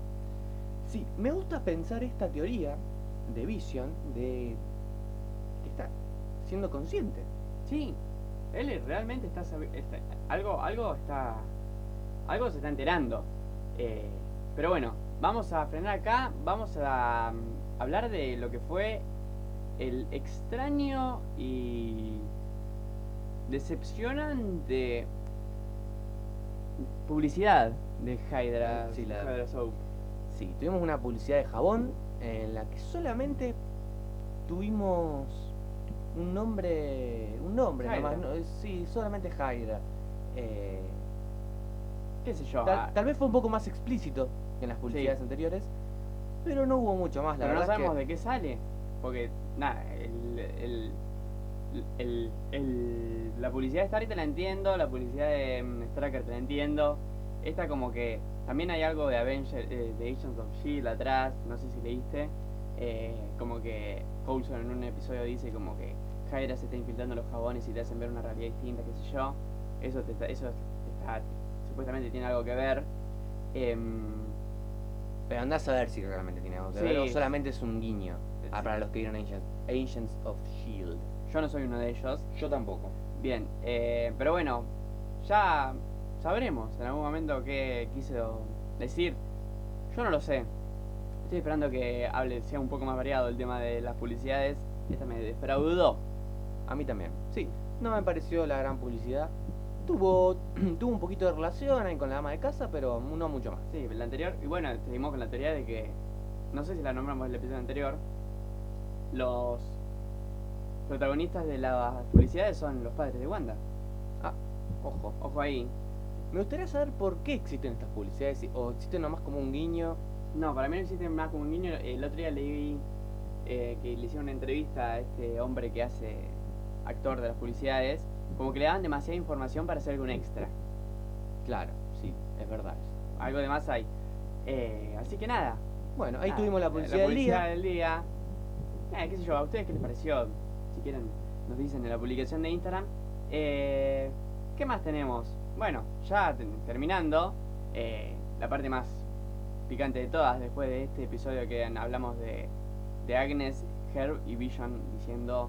Speaker 2: Sí, me gusta pensar esta teoría de Vision de que está siendo consciente.
Speaker 1: Sí, él realmente está, sabi- está- algo, algo está, algo se está enterando. Eh, pero bueno, vamos a frenar acá, vamos a mm, hablar de lo que fue el extraño y decepcionante publicidad de Hydra,
Speaker 2: Sí, la-
Speaker 1: Hydra Soap.
Speaker 2: Sí, tuvimos una publicidad de jabón en la que solamente tuvimos un nombre, un nombre
Speaker 1: Hydra.
Speaker 2: nomás, no, eh, sí, solamente Hydra. Eh,
Speaker 1: ¿Qué sé yo? ah,
Speaker 2: tal, tal vez fue un poco más explícito que en las publicidades
Speaker 1: Sí.
Speaker 2: anteriores, pero no hubo mucho más, la
Speaker 1: Pero no
Speaker 2: verdad. es que-
Speaker 1: sabemos de qué sale. Porque, nada, el, el, el- el- la publicidad de Starry te la entiendo, la publicidad de mm, Stracker te la entiendo. Esta como que también hay algo de Avenger, eh, de Agents of S.H.I.E.L.D. atrás, no sé si leíste. eh, como que Coulson en un episodio dice como que Hydra se está infiltrando en los jabones y te hacen ver una realidad distinta, qué sé yo. Eso, te está- eso está- supuestamente tiene algo que ver. Em,
Speaker 2: Pero andás a ver si realmente tiene algo que
Speaker 1: Sí.
Speaker 2: ver o solamente es un guiño ah,
Speaker 1: sí.
Speaker 2: para los que vieron Agents, Agents of Shield.
Speaker 1: yo no soy uno de ellos,
Speaker 2: Yo tampoco.
Speaker 1: Bien, eh, pero bueno, ya sabremos en algún momento qué quiso decir. Yo no lo sé. Estoy esperando que hable, sea un poco más variado el tema de las publicidades. Esta me defraudó.
Speaker 2: A mí también. Sí, no me pareció la gran publicidad. Tuvo, (clears throat) tuvo un poquito de relación ahí con la ama de casa, pero no mucho más.
Speaker 1: Sí, la anterior. Y bueno, seguimos con la teoría de que. No sé si la nombramos en el episodio anterior. Los protagonistas de las publicidades son los padres de Wanda.
Speaker 2: Ojo.
Speaker 1: Ojo ahí.
Speaker 2: Me gustaría saber por qué existen estas publicidades si- o existen nomás como un guiño.
Speaker 1: No, para mí no existe más como un guiño. El otro día leí eh, que le hicieron una entrevista a este hombre que hace actor de las publicidades. Como que le daban demasiada información para hacer algún extra.
Speaker 2: Claro, sí, es verdad. eso.
Speaker 1: Algo de más hay. Eh, así que nada.
Speaker 2: Bueno, ahí
Speaker 1: Nada,
Speaker 2: tuvimos Ah, la publicidad, del día.
Speaker 1: Ah, del día. Eh, qué sé yo, ¿a ustedes qué les pareció? Si quieren, nos dicen en la publicación de Instagram. Eh, ¿Qué más tenemos? Bueno, ya ten- terminando, eh, la parte más picante de todas, después de este episodio que an- hablamos de, de Agnes, Herb y Vision diciendo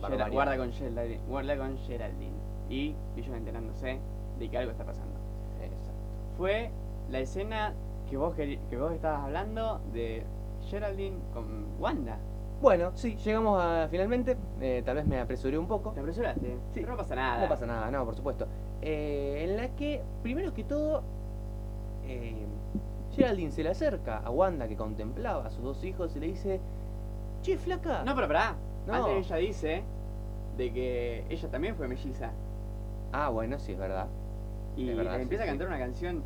Speaker 2: Barbaridad.
Speaker 1: "Gerald- guarda con Geraldine, guarda con Geraldine. Y Vision enterándose de que algo está pasando
Speaker 2: Exacto.
Speaker 1: fue la escena que vos, queri- que vos estabas hablando de Geraldine con Wanda.
Speaker 2: Bueno, sí, llegamos a finalmente. Eh, tal vez me apresuré un poco.
Speaker 1: ¿Te apresuraste?
Speaker 2: Sí.
Speaker 1: Pero no pasa nada.
Speaker 2: No pasa nada, no, por supuesto. Eh, en la que, primero que todo, eh, Geraldine se le acerca a Wanda que contemplaba a sus dos hijos y le dice, che, flaca.
Speaker 1: No, pero pará.
Speaker 2: No.
Speaker 1: Antes ella dice de que ella también fue melliza.
Speaker 2: Ah, bueno, sí, es verdad.
Speaker 1: Y
Speaker 2: Es verdad,
Speaker 1: le empieza
Speaker 2: sí,
Speaker 1: a cantar
Speaker 2: sí.
Speaker 1: una canción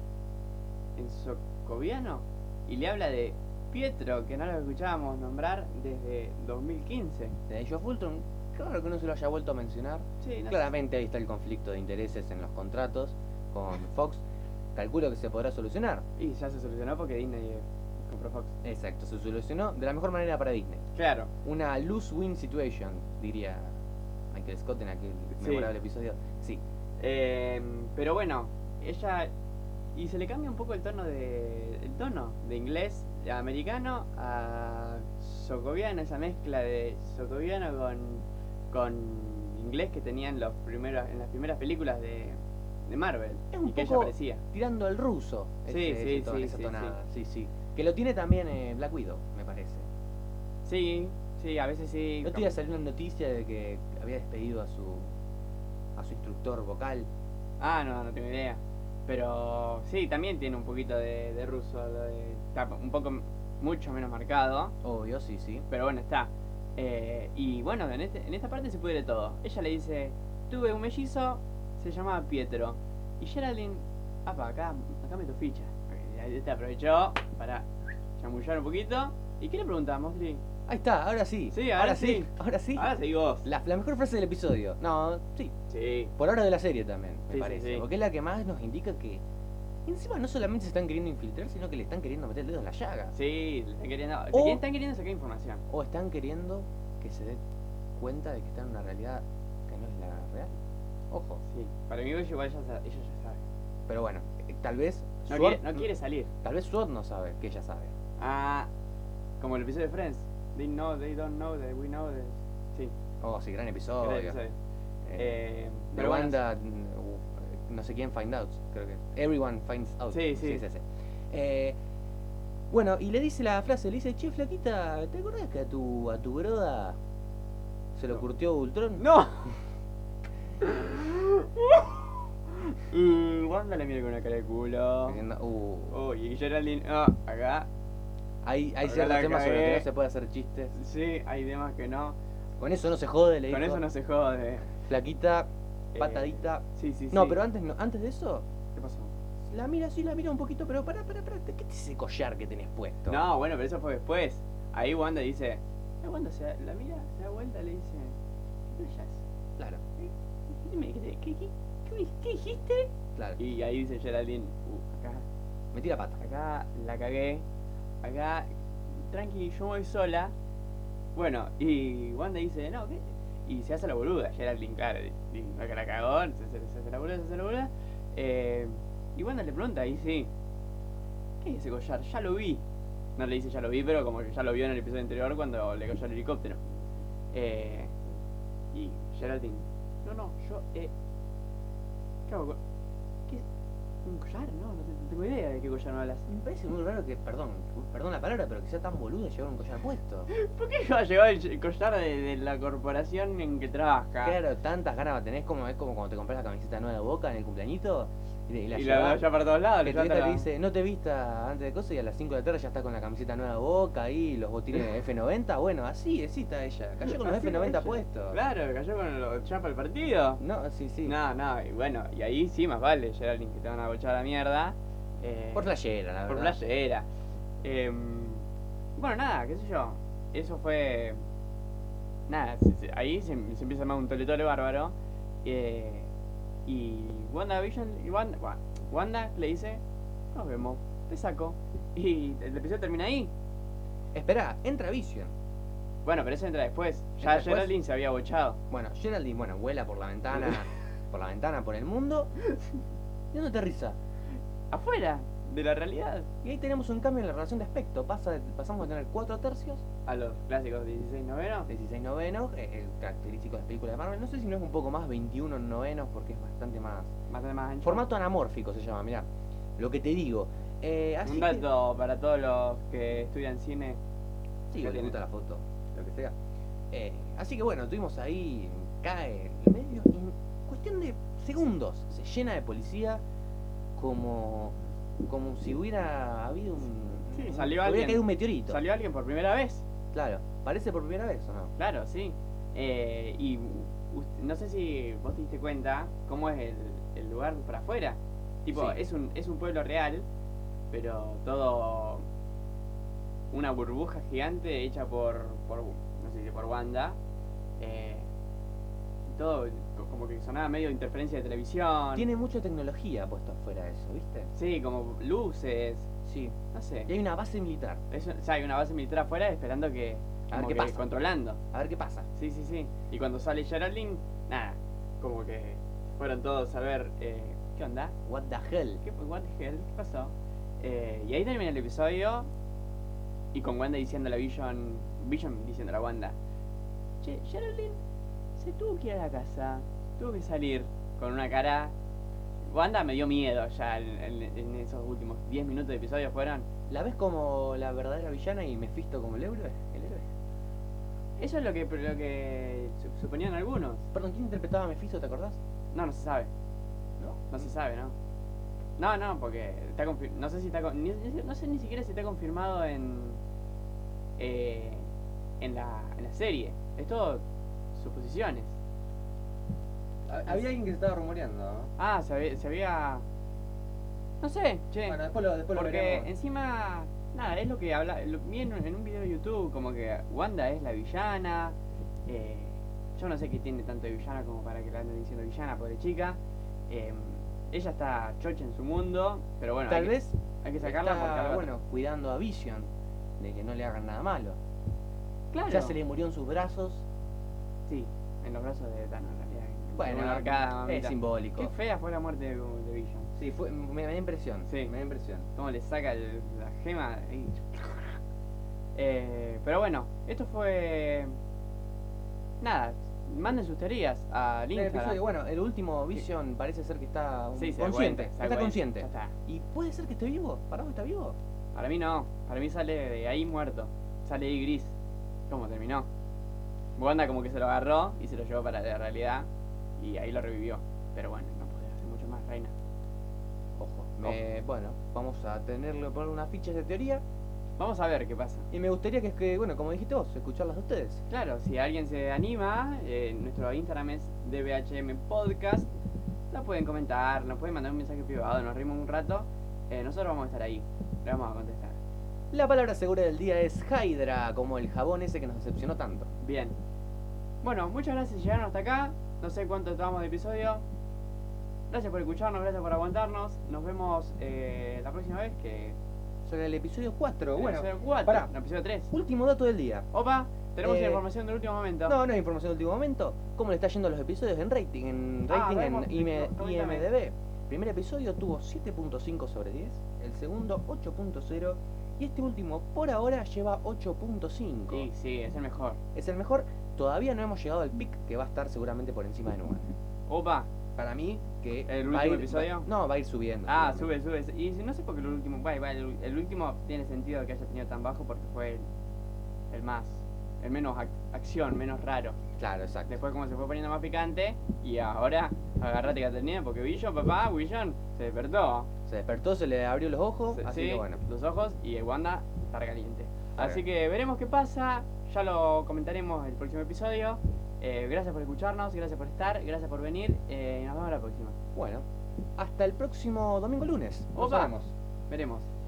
Speaker 1: en socoviano y le habla de Pietro, que no lo escuchábamos nombrar desde 2015.
Speaker 2: De Joe Fulton, claro que no se lo haya vuelto a mencionar.
Speaker 1: Sí, no sé.
Speaker 2: Claramente ahí está el conflicto de intereses en los contratos con
Speaker 1: (laughs)
Speaker 2: Fox. Calculo que se podrá solucionar.
Speaker 1: Y ya se solucionó porque Disney eh, compró Fox.
Speaker 2: Exacto, se solucionó de la mejor manera para Disney.
Speaker 1: Claro.
Speaker 2: una lose-win situation, diría Michael Scott en aquel
Speaker 1: Sí.
Speaker 2: memorable episodio. Sí,
Speaker 1: Eh, pero bueno, ella. Y se le cambia un poco el tono de. el tono de inglés a americano a socoviano, esa mezcla de socoviano con. con inglés que tenían los primeros, en las primeras películas de, de Marvel.
Speaker 2: Es un
Speaker 1: y que ella
Speaker 2: poco-
Speaker 1: parecía.
Speaker 2: tirando al ruso. este,
Speaker 1: Sí,
Speaker 2: ese-
Speaker 1: sí,
Speaker 2: ese ton-
Speaker 1: sí,
Speaker 2: esa
Speaker 1: sí,
Speaker 2: tonada. Sí, sí. Que lo tiene también eh, Black Widow, me parece.
Speaker 1: Sí, sí, a veces sí.
Speaker 2: El otro día salió una noticia de que había despedido a su a su instructor vocal.
Speaker 1: Ah, no, no tengo idea. Pero sí, también tiene un poquito de, de ruso, lo de- está un poco mucho menos marcado.
Speaker 2: Obvio, sí, sí.
Speaker 1: Pero bueno, está. Eh, y bueno, en, este- en esta parte se pudre todo. Ella le dice, tuve un mellizo, se llamaba Pietro. Y Geraldine, apa, acá, acá meto ficha. Ok, Ahí te aprovechó para chamullar un poquito. ¿Y qué le preguntamos, Mosley?
Speaker 2: Ahí está, ahora sí.
Speaker 1: Sí, ahora sí. Ah.
Speaker 2: Ahora sí.
Speaker 1: Ahora seguí vos.
Speaker 2: La, la mejor frase del episodio. No, sí.
Speaker 1: Sí.
Speaker 2: Por ahora de la serie también, me
Speaker 1: Sí, sí,
Speaker 2: parece.
Speaker 1: sí.
Speaker 2: Porque es la que más nos indica que encima no solamente se están queriendo infiltrar, sino que le están queriendo meter el dedo en la llaga.
Speaker 1: Sí, le están queriendo, le
Speaker 2: O-
Speaker 1: quieren- están queriendo sacar información.
Speaker 2: o están queriendo que se den cuenta de que están en una realidad que no es la real. Ojo.
Speaker 1: Sí. Para mí, Goyo igual ya sa- ella ya sabe.
Speaker 2: Pero bueno, eh, tal vez.
Speaker 1: No
Speaker 2: Sword-
Speaker 1: quiere, no quiere salir.
Speaker 2: Tal vez Sword no sabe que ella sabe.
Speaker 1: Ah, como el episodio de Friends. They know, they don't know, that we know. That... Sí,
Speaker 2: Oh, sí, gran episodio.
Speaker 1: gran episodio.
Speaker 2: Eh,
Speaker 1: Eh,
Speaker 2: the
Speaker 1: pero bueno,
Speaker 2: one that, mm, uh, no sé quién find out, creo que. es. Everyone finds out.
Speaker 1: Sí, sí.
Speaker 2: sí, Eh, bueno, y le dice la frase, le dice, che, flaquita, ¿te acordás que a tu, a tu broda se lo
Speaker 1: No.
Speaker 2: curtió Ultron? (laughs)
Speaker 1: ¡No! y Wanda le mira con una cara de culo.
Speaker 2: Diciendo, "Uh,
Speaker 1: Oh, y Geraldine, ah, acá.
Speaker 2: Hay, hay
Speaker 1: Acá
Speaker 2: ciertos
Speaker 1: la
Speaker 2: temas sobre los que
Speaker 1: cagué.
Speaker 2: no se puede hacer chistes.
Speaker 1: Sí, hay demás que no.
Speaker 2: Con eso no se jode, le
Speaker 1: Con
Speaker 2: dijo.
Speaker 1: eso no se jode. Eh,
Speaker 2: Flaquita, patadita.
Speaker 1: Sí, sí, sí.
Speaker 2: No, pero antes, no- antes de eso,
Speaker 1: ¿Qué pasó?
Speaker 2: la mira, sí, la mira un poquito, pero pará, pará, pará. ¿Qué es ese collar que tenés puesto?
Speaker 1: No, bueno, pero eso fue después. Ahí Wanda dice. "Ah, Wanda se da- la mira, se da vuelta y le dice. ¿Qué playas?
Speaker 2: Claro,
Speaker 1: Dime, ¿qué, qué, qué, qué, qué dijiste?
Speaker 2: (laughs) claro.
Speaker 1: Y ahí dice Geraldine, "Uh, acá,
Speaker 2: Metí la pata.
Speaker 1: acá la cagué. Acá, tranqui, yo voy sola. Bueno, y Wanda dice, no, ¿qué? Y se hace la boluda, Geraldine, claro, di- no que la cagó, se, se- se hace la boluda, se hace la boluda. Eh, y Wanda le pregunta, y sí, ¿qué es ese collar? Ya lo vi. No le dice ya lo vi, pero como que ya lo vio en el episodio anterior cuando le cayó el helicóptero. Eh, y Geraldine, no, no, yo, eh, ¿qué hago? con- ¿Qué? ¿Un collar? No, no te- no tengo idea de qué collar me hablas.
Speaker 2: Me parece muy raro que, perdón, perdón la palabra, pero que sea tan boludo de llevar un collar
Speaker 1: (laughs)
Speaker 2: puesto.
Speaker 1: ¿Por qué va a llevar el collar de, de la corporación en que trabaja?
Speaker 2: Claro, tantas ganas tenés como es como cuando te compras la camiseta nueva de boca en el cumpleañito y, le- y la
Speaker 1: y la
Speaker 2: llevas.
Speaker 1: lleva para todos lados,
Speaker 2: que
Speaker 1: le
Speaker 2: tu
Speaker 1: trata
Speaker 2: teta
Speaker 1: la...
Speaker 2: te dice, no te vista antes de cosas y a las 5 de la tarde ya está con la camiseta nueva de boca ahí,
Speaker 1: (laughs)
Speaker 2: los botines F90. Bueno, así, así está ella. Cayó con los
Speaker 1: Así
Speaker 2: F90
Speaker 1: ella.
Speaker 2: puestos.
Speaker 1: Ah, Claro, cayó con los chapa el partido.
Speaker 2: No, sí, sí.
Speaker 1: No, no, y bueno, y ahí sí más vale, Geraldine, que te van a bochar a la mierda. Eh,
Speaker 2: Por playera, la verdad.
Speaker 1: por playera. Eh, bueno, nada, qué sé yo. Eso fue. Nada, se- se- ahí se, se empieza a armar un toletole bárbaro. Eh, y WandaVision. Y Wanda, Wa- Wanda le dice: Nos vemos, te saco. Y el episodio termina ahí.
Speaker 2: Esperá, entra Vision.
Speaker 1: Bueno, pero eso entra después.
Speaker 2: ¿Entra
Speaker 1: Ya
Speaker 2: después?
Speaker 1: Geraldine se había bochado.
Speaker 2: Bueno, Geraldine, bueno, vuela por la
Speaker 1: (laughs)
Speaker 2: ventana, por la ventana, por el mundo. ¿Y dónde aterriza?
Speaker 1: Afuera de la realidad.
Speaker 2: Y ahí tenemos un cambio en la relación de aspecto. Pasa de- pasamos de tener 4 tercios,
Speaker 1: A los clásicos 16 novenos.
Speaker 2: 16 novenos, es el característico de las películas de Marvel. No sé si no es un poco más 21 novenos porque es bastante más.
Speaker 1: Bastante más ancho.
Speaker 2: Formato anamórfico se llama, mirá. Lo que te digo. Eh, así
Speaker 1: Un
Speaker 2: que-
Speaker 1: dato para todos los que estudian cine.
Speaker 2: Sí,
Speaker 1: Ya
Speaker 2: o le
Speaker 1: tiene.
Speaker 2: gusta la foto, lo que sea. Eh, así que bueno, tuvimos ahí, cae en medio, y en cuestión de segundos, se llena de policía como, como si hubiera habido un.
Speaker 1: Sí,
Speaker 2: un-
Speaker 1: salió
Speaker 2: hubiera
Speaker 1: alguien.
Speaker 2: caído un meteorito.
Speaker 1: Salió alguien por primera vez.
Speaker 2: Claro, parece por primera vez o no.
Speaker 1: Claro, sí. Eh, y us- no sé si vos te diste cuenta cómo es el, el lugar para afuera. Tipo,
Speaker 2: Sí.
Speaker 1: es, un, es un pueblo real, pero todo una burbuja gigante hecha por, por no sé si por Wanda. Eh, y todo co- como que sonaba medio interferencia de televisión.
Speaker 2: Tiene mucha tecnología puesto afuera de eso, ¿viste?
Speaker 1: Sí, como luces,
Speaker 2: Sí.
Speaker 1: no sé.
Speaker 2: Y hay una base militar.
Speaker 1: Es- o sea, hay una base militar afuera esperando que...
Speaker 2: A ver
Speaker 1: como
Speaker 2: qué
Speaker 1: que
Speaker 2: pasa.
Speaker 1: Controlando.
Speaker 2: A ver qué pasa.
Speaker 1: Sí, sí, sí. Y cuando sale Geraldine, nada, como que fueron todos a ver eh, qué onda,
Speaker 2: What the hell.
Speaker 1: qué what the hell? ¿Qué pasó. Eh, y ahí termina el episodio y con Wanda diciéndole a Vision, Vision diciéndole a Wanda, che, Geraldine se tuvo que ir a la casa, tuvo que salir con una cara... Wanda me dio miedo ya en, en- en esos últimos 10 minutos de episodio fueron.
Speaker 2: ¿La ves como la verdadera villana y Mephisto como el héroe? ¿El héroe?
Speaker 1: Eso es lo que, lo que su- suponían algunos.
Speaker 2: Perdón, ¿quién interpretaba a Mephisto, te acordás?
Speaker 1: No, no se sabe.
Speaker 2: ¿No?
Speaker 1: No se sabe, ¿no? No, no, porque está confi- no sé si está con- ni- ni- no sé ni siquiera si está confirmado en eh, en, la, en la serie. Es todo suposiciones.
Speaker 2: Ha- Había alguien que se estaba rumoreando, ¿no?
Speaker 1: Ah, se había, se había- no sé, che.
Speaker 2: Bueno, después lo, después lo
Speaker 1: porque
Speaker 2: veremos.
Speaker 1: encima nada, es lo que habla lo, vi en, en un video de YouTube como que Wanda es la villana. eh, yo no sé qué tiene tanto de villana como para que la anden diciendo villana, pobre chica. eh, ella está chocha en su mundo, pero bueno,
Speaker 2: Tal
Speaker 1: hay que-
Speaker 2: vez
Speaker 1: Hay que sacarla
Speaker 2: está,
Speaker 1: porque algo-
Speaker 2: bueno, cuidando a Vision de que no le hagan nada malo.
Speaker 1: claro.
Speaker 2: Ya se le murió en sus brazos.
Speaker 1: Sí, en los brazos de Thanos en realidad.
Speaker 2: Bueno,
Speaker 1: una horcada, mamita.
Speaker 2: es simbólico.
Speaker 1: Qué fea fue la muerte de, de Vision.
Speaker 2: Sí, fue- me, me da impresión.
Speaker 1: Sí.
Speaker 2: Me da impresión.
Speaker 1: Cómo le saca el- la gema. ahí. (laughs) Eh, pero bueno, esto fue. Nada, manden sus teorías al
Speaker 2: El
Speaker 1: Instagram.
Speaker 2: episodio, bueno, el último Vision parece ser que está un-
Speaker 1: Sí, se da
Speaker 2: consciente.
Speaker 1: cuenta, se da
Speaker 2: está
Speaker 1: cuenta,
Speaker 2: consciente.
Speaker 1: ya está.
Speaker 2: ¿Y puede ser que esté vivo? ¿Para vos está vivo?
Speaker 1: Para mí no, para mí sale de ahí muerto. Sale ahí gris. ¿Cómo terminó? Wanda como que se lo agarró y se lo llevó para la realidad y ahí lo revivió. Pero bueno, no podía hacer mucho más, reina.
Speaker 2: Ojo.
Speaker 1: Oh.
Speaker 2: me- Eh, Bueno, vamos a tenerle poner unas fichas de teoría.
Speaker 1: Vamos a ver qué pasa.
Speaker 2: Y me gustaría que, es que bueno, como dijiste vos, escucharlas de ustedes.
Speaker 1: Claro, si alguien se anima, eh, nuestro Instagram es DBHM Podcast. La pueden comentar, nos pueden mandar un mensaje privado, nos reímos un rato. Eh, nosotros vamos a estar ahí, le vamos a contestar.
Speaker 2: La palabra segura del día es Hydra, como el jabón ese que nos decepcionó tanto.
Speaker 1: Bien. Bueno, muchas gracias si llegaron hasta acá. No sé cuánto estábamos de episodio. Gracias por escucharnos, gracias por aguantarnos. Nos vemos eh, la próxima vez que...
Speaker 2: Sobre el episodio 4,
Speaker 1: el
Speaker 2: bueno.
Speaker 1: episodio 4,
Speaker 2: pará.
Speaker 1: no, episodio 3.
Speaker 2: Último dato del día.
Speaker 1: Opa, tenemos
Speaker 2: Eh,
Speaker 1: la información del último momento.
Speaker 2: No, no es información de último momento. ¿Cómo le está yendo a los episodios en rating? En
Speaker 1: Ah,
Speaker 2: rating
Speaker 1: vemos,
Speaker 2: en IME-
Speaker 1: comentame.
Speaker 2: IMDB. primer episodio tuvo 7.5 sobre 10, el segundo 8.0 y este último por ahora lleva 8.5.
Speaker 1: Sí, sí, es el mejor.
Speaker 2: Es el mejor. Todavía no hemos llegado al pic que va a estar seguramente por encima de 9.
Speaker 1: Opa.
Speaker 2: Para mí que
Speaker 1: ¿El
Speaker 2: va a
Speaker 1: último
Speaker 2: ir-
Speaker 1: episodio?
Speaker 2: No, va a ir subiendo.
Speaker 1: Ah,
Speaker 2: seguramente.
Speaker 1: sube, sube. Y si- no sé por qué el último... Vale, vale, el, el último tiene sentido que haya tenido tan bajo porque fue el, el más... El menos ac- acción, menos raro.
Speaker 2: Claro, exacto.
Speaker 1: Después como se fue poniendo más picante y ahora agarrate Catalina porque Billon, papá, Billon se despertó.
Speaker 2: Se despertó, se le abrió los ojos,
Speaker 1: Se-
Speaker 2: así
Speaker 1: sí,
Speaker 2: que bueno.
Speaker 1: Los ojos y eh, Wanda está caliente.
Speaker 2: Está
Speaker 1: Así que veremos qué pasa, ya lo comentaremos el próximo episodio. Eh, gracias por escucharnos, gracias por estar, gracias por venir eh, y nos vemos la próxima.
Speaker 2: Bueno, hasta el próximo domingo lunes. Nos
Speaker 1: Opa.
Speaker 2: vemos.
Speaker 1: Veremos.